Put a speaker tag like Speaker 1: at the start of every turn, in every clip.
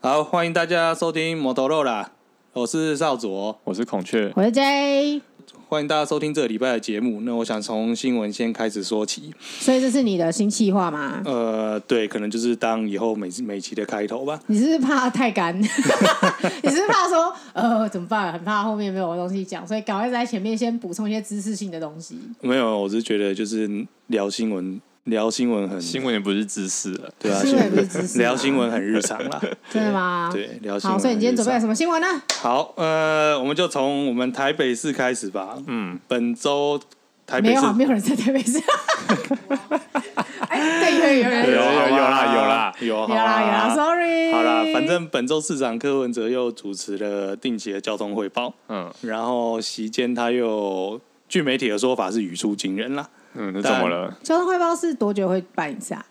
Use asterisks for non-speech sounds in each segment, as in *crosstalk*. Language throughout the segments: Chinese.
Speaker 1: 好，欢迎大家收听摩托罗拉，我是少佐，
Speaker 2: 我是孔雀，
Speaker 3: 我是 J，
Speaker 1: 欢迎大家收听这个礼拜的节目。那我想从新闻先开始说起，
Speaker 3: 所以这是你的新计划吗？
Speaker 1: 呃，对，可能就是当以后每每期的开头吧。
Speaker 3: 你是不是怕太干？ *laughs* 你是不是怕说呃怎么办？很怕后面没有东西讲，所以赶快在前面先补充一些知识性的东西。
Speaker 1: 没有，我是觉得就是聊新闻，聊新闻很
Speaker 2: 新闻也不是知识了，
Speaker 1: 对啊，
Speaker 3: 新闻也不是知识啊
Speaker 1: 聊新闻很日常啦。
Speaker 3: 真的吗？
Speaker 1: 对，聊新闻很日常。
Speaker 3: 好，所以你今天准备了什么新闻呢？
Speaker 1: 好，呃，我们就从我们台北市开始吧。
Speaker 2: 嗯，
Speaker 1: 本周台
Speaker 3: 没
Speaker 1: 北
Speaker 3: 有
Speaker 1: 市
Speaker 3: 啊，没有人在台北
Speaker 1: *laughs*
Speaker 3: 市。哎，对，有有人
Speaker 2: 有
Speaker 3: 有
Speaker 2: 有啦有啊啦
Speaker 1: 啊有啊
Speaker 3: 有啦有啦，sorry。
Speaker 1: 好啦，反正本周市长柯文哲又主持了定期的交通汇报，
Speaker 2: 嗯
Speaker 1: 然后席间他又据媒体的说法是语出惊人啦，
Speaker 2: 嗯，那怎么了？
Speaker 3: 交通汇报是多久会办一次啊？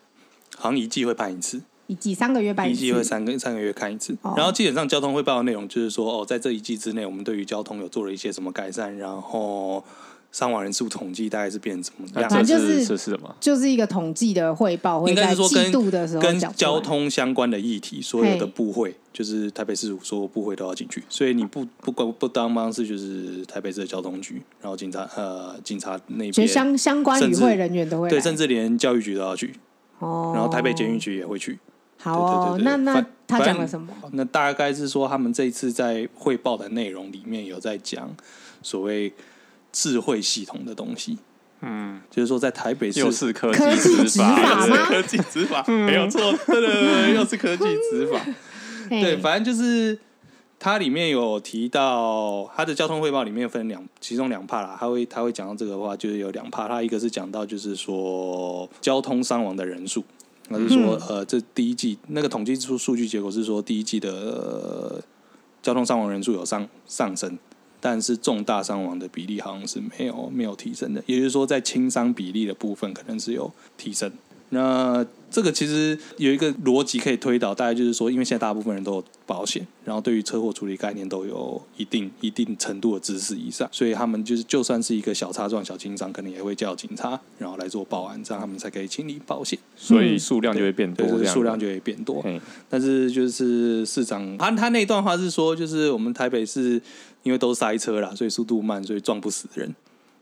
Speaker 1: 好像一季会办一次，
Speaker 3: 一季三个月办
Speaker 1: 一
Speaker 3: 一
Speaker 1: 季会
Speaker 3: 次。
Speaker 1: 三个三个月看一次。
Speaker 3: 哦
Speaker 1: 然后基本上交通汇报的内容就是说，哦，在这一季之内，我们对于交通有做了一些什么改善，然后伤亡人数统计大概是变成怎么样
Speaker 2: 那。这
Speaker 3: 反正就是是
Speaker 2: 这是什么？
Speaker 3: 就是一个统计的汇报，会
Speaker 1: 应该
Speaker 3: 在
Speaker 1: 是说
Speaker 3: 季
Speaker 1: 跟
Speaker 3: 度的时候
Speaker 1: 跟
Speaker 3: 讲出来
Speaker 1: 交通相关的议题，所有的
Speaker 3: 嘿
Speaker 1: 部会就是台北市府所有部会都要进去，所以你不不管不当帮是就是台北市的交通局，然后警察呃警察那
Speaker 3: 其
Speaker 1: 边
Speaker 3: 实相相关
Speaker 1: 甚
Speaker 3: 与
Speaker 1: 至
Speaker 3: 会人员都会来
Speaker 1: 对，甚至连教育局都要去，
Speaker 3: 哦，
Speaker 1: 然后台北监狱局也会去。
Speaker 3: 好哦
Speaker 1: 对对，对对
Speaker 3: 那那
Speaker 1: 反
Speaker 3: 他讲
Speaker 1: 反
Speaker 3: 了
Speaker 1: 正
Speaker 3: 什么？
Speaker 1: 那大概是说他们这一次在汇报的内容里面有在讲所谓智慧系统的东西，
Speaker 2: 嗯，
Speaker 1: 就是说在台北市
Speaker 2: 又是科
Speaker 3: 科技
Speaker 2: 技
Speaker 3: 执
Speaker 2: 法对
Speaker 3: 法
Speaker 2: 嗯
Speaker 3: 吗
Speaker 1: 科技执法，没有错，对对对，又是科技执法。对，
Speaker 3: 嘿
Speaker 1: 反正就是它里面有提到它的交通汇报里面分两，其中两 part 啦，它会它会讲到这个的话，就是有两 part，它一个是讲到就是说交通伤亡的人数。那是说，呃，这第一季那个统计出数据结果是说，第一季的、呃交通伤亡人数有上上升，但是重大伤亡的比例好像是没有没有提升的，也就是说，在轻伤比例的部分可能是有提升。那这个其实有一个逻辑可以推导，大概就是说，因为现在大部分人都有保险，然后对于车祸处理概念都有一定一定程度的知识以上，所以他们就是就算是一个小擦撞、小轻伤，可能也会叫警察，然后来做报案，这样他们才可以清理保险，
Speaker 2: *laughs* 所
Speaker 3: 嗯
Speaker 2: 以数量就会变多，
Speaker 1: 对，就是
Speaker 2: 这样
Speaker 1: 数量就会变多。
Speaker 2: 嗯
Speaker 1: 但是就是市长，他他那段话是说，就是我们台北市因为都塞车啦，所以速度慢，所以撞不死人。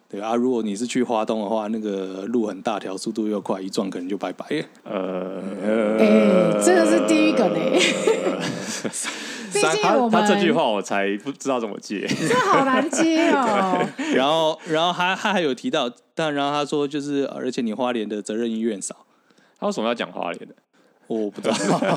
Speaker 1: 对啊，如果你是去花东的话，那个路很大条，速度又快，一撞可能就拜拜了。
Speaker 3: 哎
Speaker 2: 呃，，
Speaker 3: 这个是地狱梗哎， *laughs* 毕竟
Speaker 2: 他
Speaker 3: 我
Speaker 2: 他
Speaker 3: 们
Speaker 2: 这句话我才不知道怎么接，
Speaker 3: *laughs* 这好难接
Speaker 1: *laughs*
Speaker 3: 哦。
Speaker 1: 然后，然后他他还有提到，但然后他说就是，呃而且你花莲的责任意愿少，
Speaker 2: 他为什么要讲花莲的？
Speaker 1: 我不知
Speaker 2: *laughs*
Speaker 1: 道，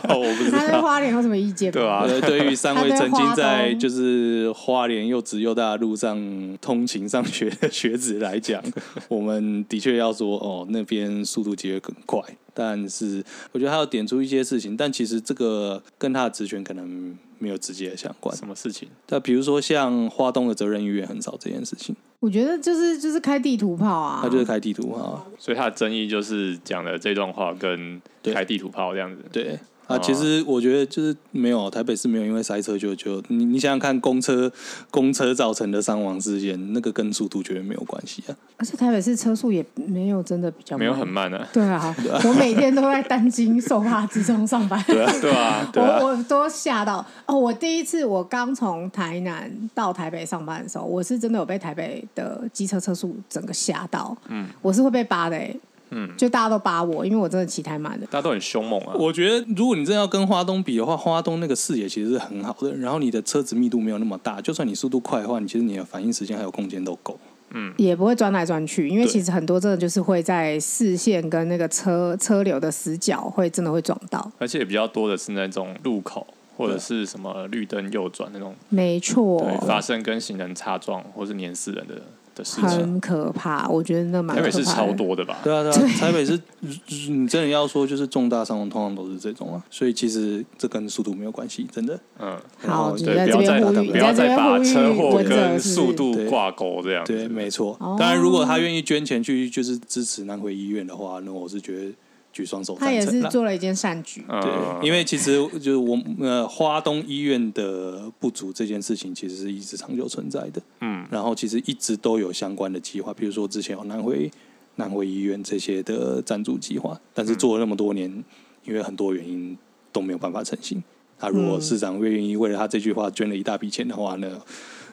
Speaker 1: 我不知
Speaker 3: 他
Speaker 1: 道
Speaker 3: 对。花莲有什么意见吗？
Speaker 2: 对啊，
Speaker 1: 呃，对于三位
Speaker 3: 他在
Speaker 1: 曾经
Speaker 3: 花
Speaker 1: 在
Speaker 3: 东
Speaker 1: 就是花莲又直又大的路上通勤上学 *laughs* 的学子来讲，我们的确要说哦，那边速度的确更快，但是我觉得他要点出一些事情，但其实这个跟他的职权可能没有直接的相关。
Speaker 2: 啊什么事情？
Speaker 1: 但比如说像花东的责任意愿很少这件事情，
Speaker 3: 我觉得就是就是开地图炮啊，
Speaker 1: 他就是开地图啊，
Speaker 2: 所以他的争议就是讲的这段话跟
Speaker 1: 对
Speaker 2: 开地图炮这样子。
Speaker 1: 对。
Speaker 3: 哦
Speaker 1: 啊，其实我觉得就是没有台北市没有因为塞车就就你你想想看公车公车造成的伤亡事件，那个跟速度绝对没有关系啊。
Speaker 3: 而且台北市车速也没有真的比较慢
Speaker 2: 没有很。慢啊，
Speaker 3: 对啊，我每天都在担惊受怕之中上
Speaker 1: *laughs*
Speaker 3: 班。
Speaker 2: 对啊，对 *laughs* 啊，对啊，
Speaker 3: 我我都吓到哦！我第一次我刚从台南到台北上班的时候，我是真的有被台北的机车车速整个吓到，嗯，我是会被扒的、欸，嗯，就大家都扒我，因为我真的骑太慢了。
Speaker 2: 大家都很凶猛啊。
Speaker 1: 我觉得，如果你真的要跟花东比的话，花东那个视野其实是很好的，然后你的车子密度没有那么大，就算你速度快的话，你其实你的反应时间还有空间都够。
Speaker 2: 嗯
Speaker 3: 也不会钻来钻去，因为
Speaker 1: 对
Speaker 3: 其实很多真的就是会在视线跟那个车车流的死角会真的会撞到，
Speaker 2: 而且比较多的是那种路口或者是什么绿灯右转那种，
Speaker 3: 没错，
Speaker 2: 对，发生跟行人擦撞或是碾死人的的事情，
Speaker 3: 很可怕，我觉得那蛮
Speaker 2: 台
Speaker 3: 可
Speaker 2: 北
Speaker 3: 怕
Speaker 2: 是
Speaker 3: 的。
Speaker 2: 超多的吧？
Speaker 1: 对啊，对啊，台北是，你真的要说就是重大伤亡，通常都是这种啊，所以其实这跟速度没有关系，真的。
Speaker 2: 嗯，
Speaker 1: 然
Speaker 3: 好，
Speaker 1: 后
Speaker 3: 你
Speaker 2: 对，
Speaker 3: 在
Speaker 2: 不要
Speaker 3: 这
Speaker 2: 再
Speaker 3: 边呼吁，你
Speaker 2: 不要
Speaker 3: 这
Speaker 2: 再
Speaker 3: 边
Speaker 2: 把车
Speaker 3: 呼吁
Speaker 2: 祸
Speaker 3: 文者
Speaker 2: 跟
Speaker 3: 是不是
Speaker 2: 速度挂钩这样
Speaker 1: 对，
Speaker 2: 子。
Speaker 1: 没错
Speaker 3: 哦。
Speaker 1: 当然，如果他愿意捐钱去就是支持南回医院的话，那我是觉得举双手
Speaker 3: 他也
Speaker 1: 赞成
Speaker 3: 是
Speaker 1: 啦。
Speaker 3: 做了一件善举，
Speaker 2: 嗯，
Speaker 1: 对，因为其实就是我们呃，花东医院的不足这件事情，其实是一直长久存在的。
Speaker 2: 嗯，
Speaker 1: 然后其实一直都有相关的计划，比如说之前有南回南回医院这些的赞助计划，但是做了那么多年，因为很多原因都没有办法成型。啊，如
Speaker 3: 嗯
Speaker 1: 果市长会愿意为了他这句话捐了一大笔钱的话呢，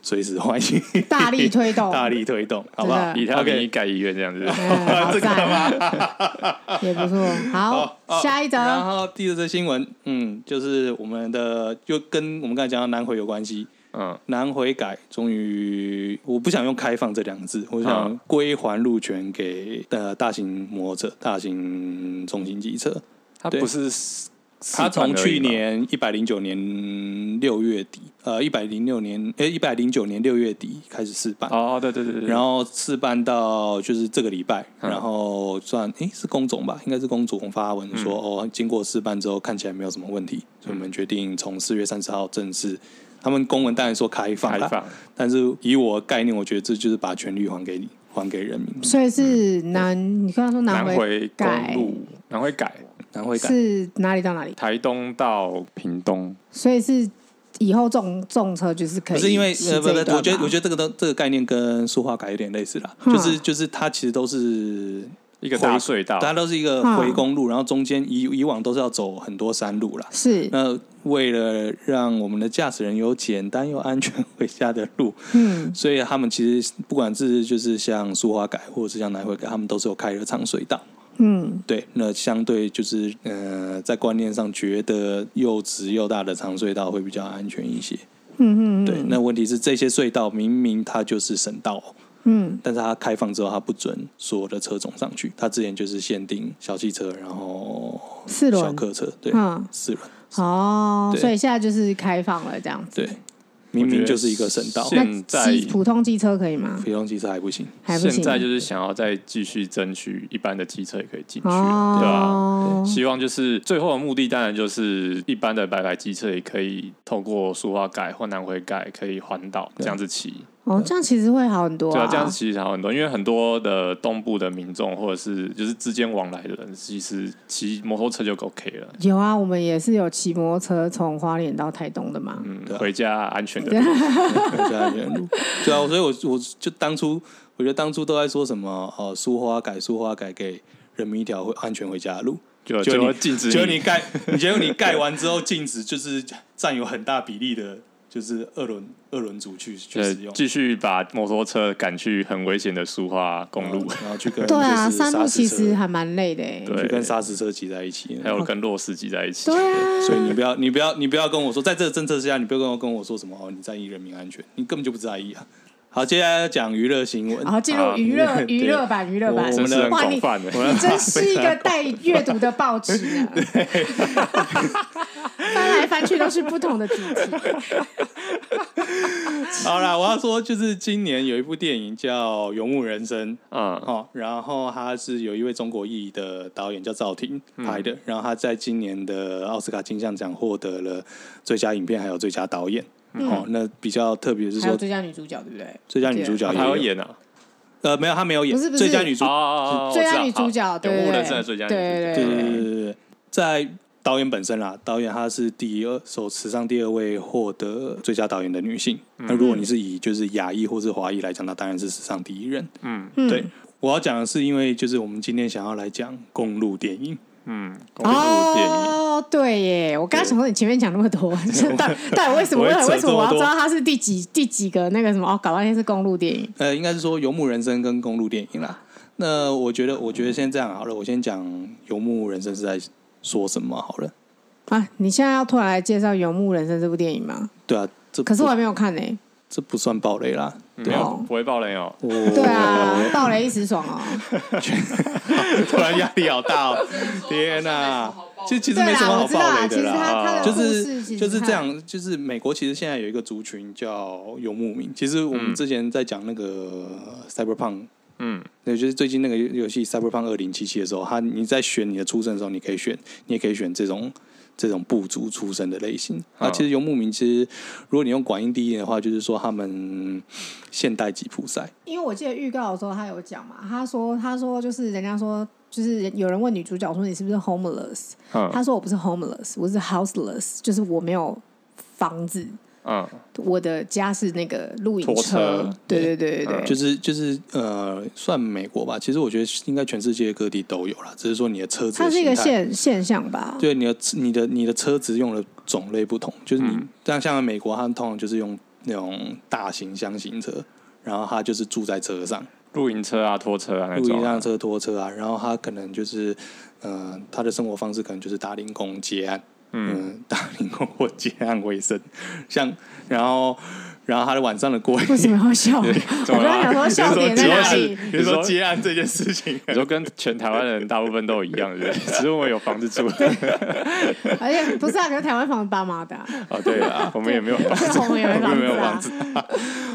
Speaker 1: 随时欢迎
Speaker 3: 大力推
Speaker 2: *laughs*
Speaker 3: 动，
Speaker 1: 大力推动，好不好？
Speaker 2: 以他
Speaker 1: OK
Speaker 2: 名义盖医院这样子。
Speaker 3: 嗯，好赞啊， *laughs* 也不错。好，
Speaker 1: 哦
Speaker 3: 下一
Speaker 1: 然
Speaker 3: 则，
Speaker 1: 后第二则新闻，嗯，就是我们的就跟我们刚才讲到南回有关系。
Speaker 2: 嗯，
Speaker 1: 南回改终于，我不想用开放这两个字，我想
Speaker 2: 嗯
Speaker 1: 归还路权给呃大型摩托车、大型重型机车。
Speaker 2: 他
Speaker 1: 对
Speaker 2: 不是
Speaker 1: 它从去年一百零九年六月底，呃，一百零六年，呃，一百零九年六月底开始试办。
Speaker 2: 哦，对对对对，
Speaker 1: 然后试办到就是这个礼拜，
Speaker 2: 嗯
Speaker 1: 然后算诶是龚总吧，应该是龚总发文说、
Speaker 2: 嗯
Speaker 1: 哦，经过试办之后看起来没有什么问题，所以我们决定从四月三十号正式。他们公文当然说开放
Speaker 2: 开
Speaker 1: 啦，
Speaker 2: 放
Speaker 1: 但是以我的概念，我觉得这就是把权力还给你，还给人民，
Speaker 3: 所以是南，你刚刚说
Speaker 2: 南
Speaker 3: 回
Speaker 2: 回
Speaker 3: 改
Speaker 2: 公路，南回改
Speaker 1: 然后会改。
Speaker 3: 是哪里到哪里？
Speaker 2: 台东到屏东，
Speaker 3: 所以是以后重重车就是可以
Speaker 1: 不是因为
Speaker 3: 骑
Speaker 1: 呃，不
Speaker 3: 这
Speaker 1: 不，
Speaker 3: 一段
Speaker 1: 我觉得
Speaker 3: 吗
Speaker 1: 我觉得这个都这个概念跟塑化改有点类似啦，
Speaker 3: 嗯
Speaker 1: 就是就是它其实都是
Speaker 2: 一个大
Speaker 1: 回
Speaker 2: 隧道，
Speaker 1: 它都是一个
Speaker 3: 嗯
Speaker 1: 回公路，然后中间以以往都是要走很多山路啦，
Speaker 3: 是
Speaker 1: *laughs* 那为了让我们的驾驶人有简单又安全回家的路， *laughs*
Speaker 3: 嗯
Speaker 1: 所以他们其实不管是就是像苏花改或者是像南回改，他们都是有开了长水道。
Speaker 3: 嗯
Speaker 1: 对，那相对就是呃，在观念上觉得又直又大的长隧道会比较安全一些。
Speaker 3: 嗯嗯嗯
Speaker 1: 对，那问题是这些隧道明明它就是省道，
Speaker 3: 嗯
Speaker 1: 但是它开放之后它不准所有的车种上去，它之前就是限定小汽车，然后
Speaker 3: 四轮
Speaker 1: 小客车，对，
Speaker 3: 嗯
Speaker 1: 四轮，
Speaker 3: 哦，
Speaker 1: 对
Speaker 3: 所以现在就是开放了这样子。
Speaker 1: 对，明明就是一个省道，
Speaker 2: 现在
Speaker 3: 那骑普通机车可以吗？
Speaker 1: 皮动机车还不行，
Speaker 3: 还不行。啊
Speaker 2: 现在就是想要再继续争取一般的机车也可以进去，啊对吧？
Speaker 3: 哦，
Speaker 2: 希望就是最后的目的，当然就是一般的白牌机车也可以透过塑化改或南回改可以环岛这样子骑，
Speaker 3: 哦，这样其实会好很多
Speaker 2: 对啊
Speaker 3: 啊，。
Speaker 2: 这样子其实好很多，因为很多的东部的民众或者是就是之间往来的人，其实骑摩托车就 OK 了，
Speaker 3: 有啊，我们也是有骑摩托车从花莲到台东的嘛。
Speaker 2: 嗯
Speaker 1: 对，啊
Speaker 2: 回家安全
Speaker 3: *laughs*
Speaker 2: 的
Speaker 3: 对
Speaker 2: 路，
Speaker 1: 对就安全路。 *laughs* 对啊，所以我我就当初，我觉得当初都在说什么哦，苏花改苏花改给人民一条会安全回家的路，
Speaker 2: 就
Speaker 1: 就你
Speaker 2: 就禁止
Speaker 1: 结果你盖， *laughs* 你结果你盖完之后禁止就是占有很大比例的，就是二轮二轮组去去
Speaker 2: 呃
Speaker 1: 使用
Speaker 2: 继续把摩托车赶去很危险的苏花公路，
Speaker 1: 然后然后去跟
Speaker 3: 对啊，
Speaker 1: 就是
Speaker 3: 山路
Speaker 1: 砂石
Speaker 3: 其
Speaker 1: 车
Speaker 3: 实还蛮累的欸。
Speaker 2: 对
Speaker 1: 去跟砂石车挤在一起，
Speaker 2: 还有跟洛司机在一起，
Speaker 3: 对啊，
Speaker 1: 所以你不要，你不要，你不要跟我说，在这个政策之下，你不要跟我跟我说什么哦，你在意人民安全，你根本就不在意啊。好，接下来要讲娱乐新闻
Speaker 3: 然。后进入娱乐、
Speaker 1: 啊
Speaker 3: 娱乐版、娱乐版，
Speaker 1: 我
Speaker 2: 真
Speaker 1: 们
Speaker 2: 是
Speaker 1: 的
Speaker 2: 很
Speaker 3: 哇，你
Speaker 2: 广泛的。
Speaker 3: 你真
Speaker 2: *laughs*
Speaker 3: 是一个带阅读的报纸啊！翻来翻去都是不同的主题。
Speaker 1: *laughs* 好啦，我要说就是今年有一部电影叫《永无人生》
Speaker 2: 嗯，
Speaker 1: 哦，然后它是有一位中国裔的导演叫赵婷
Speaker 3: 嗯
Speaker 1: 拍的，然后他在今年的奥斯卡金像奖获得了最佳影片还有最佳导演。哦，那比较特别是
Speaker 3: 嗯还有
Speaker 1: 说
Speaker 3: 最佳女主角，对不对？
Speaker 1: 最佳女主角
Speaker 2: 他
Speaker 1: 也
Speaker 2: 还
Speaker 1: 有
Speaker 2: 会，演啊，
Speaker 1: 呃，没有，他没有演，
Speaker 3: 不是不是
Speaker 1: 最佳女主
Speaker 2: 哦哦哦，
Speaker 3: 最
Speaker 2: 我知
Speaker 3: 佳
Speaker 2: 道
Speaker 3: 女主角，
Speaker 2: 好
Speaker 3: 对
Speaker 2: 永
Speaker 3: 对
Speaker 2: 无
Speaker 3: 对，
Speaker 2: 人生的最佳女
Speaker 3: 对
Speaker 2: 主
Speaker 1: 对对
Speaker 2: 角，
Speaker 1: 对对对，在导演本身啦，导演她是第二首史上第二位获得最佳导演的女性。那如果你是以就是亚裔或是华裔来讲，那当然是史上第一人。
Speaker 2: 嗯
Speaker 3: 嗯
Speaker 1: 对，我要讲的是，因为就是我们今天想要来讲公路电影，
Speaker 2: 嗯，公路电影，
Speaker 3: 哦，对耶！我刚刚想说你前面讲那么多，
Speaker 2: *laughs*
Speaker 3: 到底到底为什么？
Speaker 1: 我会
Speaker 3: 为什
Speaker 1: 扯
Speaker 3: 么为什么
Speaker 1: 这么
Speaker 3: 我要
Speaker 1: 多
Speaker 3: 知道它是第几第几个那个什么？哦，搞半天是公路电影。
Speaker 1: 呃，应该是说游牧人生跟公路电影啦。那我觉得，我觉得先这样好了，我先讲游牧人生是在说什么好了。
Speaker 3: 啊，你现在要突然来介绍《游牧人生》这部电影吗？
Speaker 1: 对啊，这
Speaker 3: 可是
Speaker 1: 不
Speaker 3: 我还没有看呢。
Speaker 1: 这不算暴雷啦。啊
Speaker 2: 没有不会爆雷哦，
Speaker 1: 我
Speaker 3: 对啊，爆雷一时
Speaker 1: *laughs*
Speaker 3: 爽哦。
Speaker 1: 突然压力好大哦！天哪、其实其实
Speaker 3: 对
Speaker 1: 没什么
Speaker 3: 啦，
Speaker 1: 好
Speaker 3: 我知道
Speaker 1: 暴
Speaker 3: 啦，
Speaker 1: 雷
Speaker 3: 其
Speaker 1: 的哦
Speaker 3: 实他他
Speaker 2: 啊
Speaker 3: 的
Speaker 1: 就
Speaker 3: 故事
Speaker 1: 是
Speaker 3: 其实
Speaker 1: 就是
Speaker 3: 它
Speaker 1: 这。样，就是美国其实现在有一个族群叫游牧民。其实我们之前在讲那个 Cyberpunk，
Speaker 2: 嗯，
Speaker 1: 对，就是最近那个游戏 Cyberpunk 二零七七的时候，它你在选你的出身的时候，你可以选，你也可以选这种这种部族出身的类型。那、
Speaker 2: 嗯
Speaker 1: 其实游牧民，其实如果你用广义第一的话，就是说他们现代吉普赛，
Speaker 3: 因为我记得预告的时候他有讲嘛，他说他说就是人家说就是有人问女主角说你是不是 homeless，
Speaker 2: 嗯
Speaker 3: 他说我不是 homeless，我是 houseless，就是我没有房子，
Speaker 2: 嗯，
Speaker 3: 我的家是那个露营
Speaker 2: 拖车
Speaker 3: 对对对对
Speaker 2: 嗯
Speaker 3: 对，
Speaker 1: 就是就是呃，算美国吧。其实我觉得应该全世界各地都有啦，只是说你的车子的
Speaker 3: 它是一个
Speaker 1: 形态
Speaker 3: 现现象吧？
Speaker 1: 对你的你的你的车子用的种类不同，就是
Speaker 3: 嗯
Speaker 1: 你像、像美国，他们通常就是用那种大型箱型车，然后他就是住在车上，
Speaker 2: 露营车啊、拖车啊那
Speaker 1: 路一
Speaker 2: 种啊，
Speaker 1: 辆车拖车啊，然后他可能就是呃，他的生活方式可能就是打零工接案，嗯， *laughs* 打零工或接案为生，像然后然后他的晚上的过夜
Speaker 3: 为什么要笑？我
Speaker 2: 怎么
Speaker 3: 刚
Speaker 2: 了
Speaker 3: 刚想说笑点在哪里？
Speaker 1: *laughs* 比如说接案这件事情，
Speaker 2: 你说跟全台湾人大部分都一样，是不是只是我有房子住。
Speaker 3: 而且不是啊，可是台湾房子爸妈
Speaker 1: *laughs*
Speaker 3: 的啊，
Speaker 2: 哦，对了，我们也没有房子，
Speaker 3: 对我们也没房子啊
Speaker 2: 没有房子，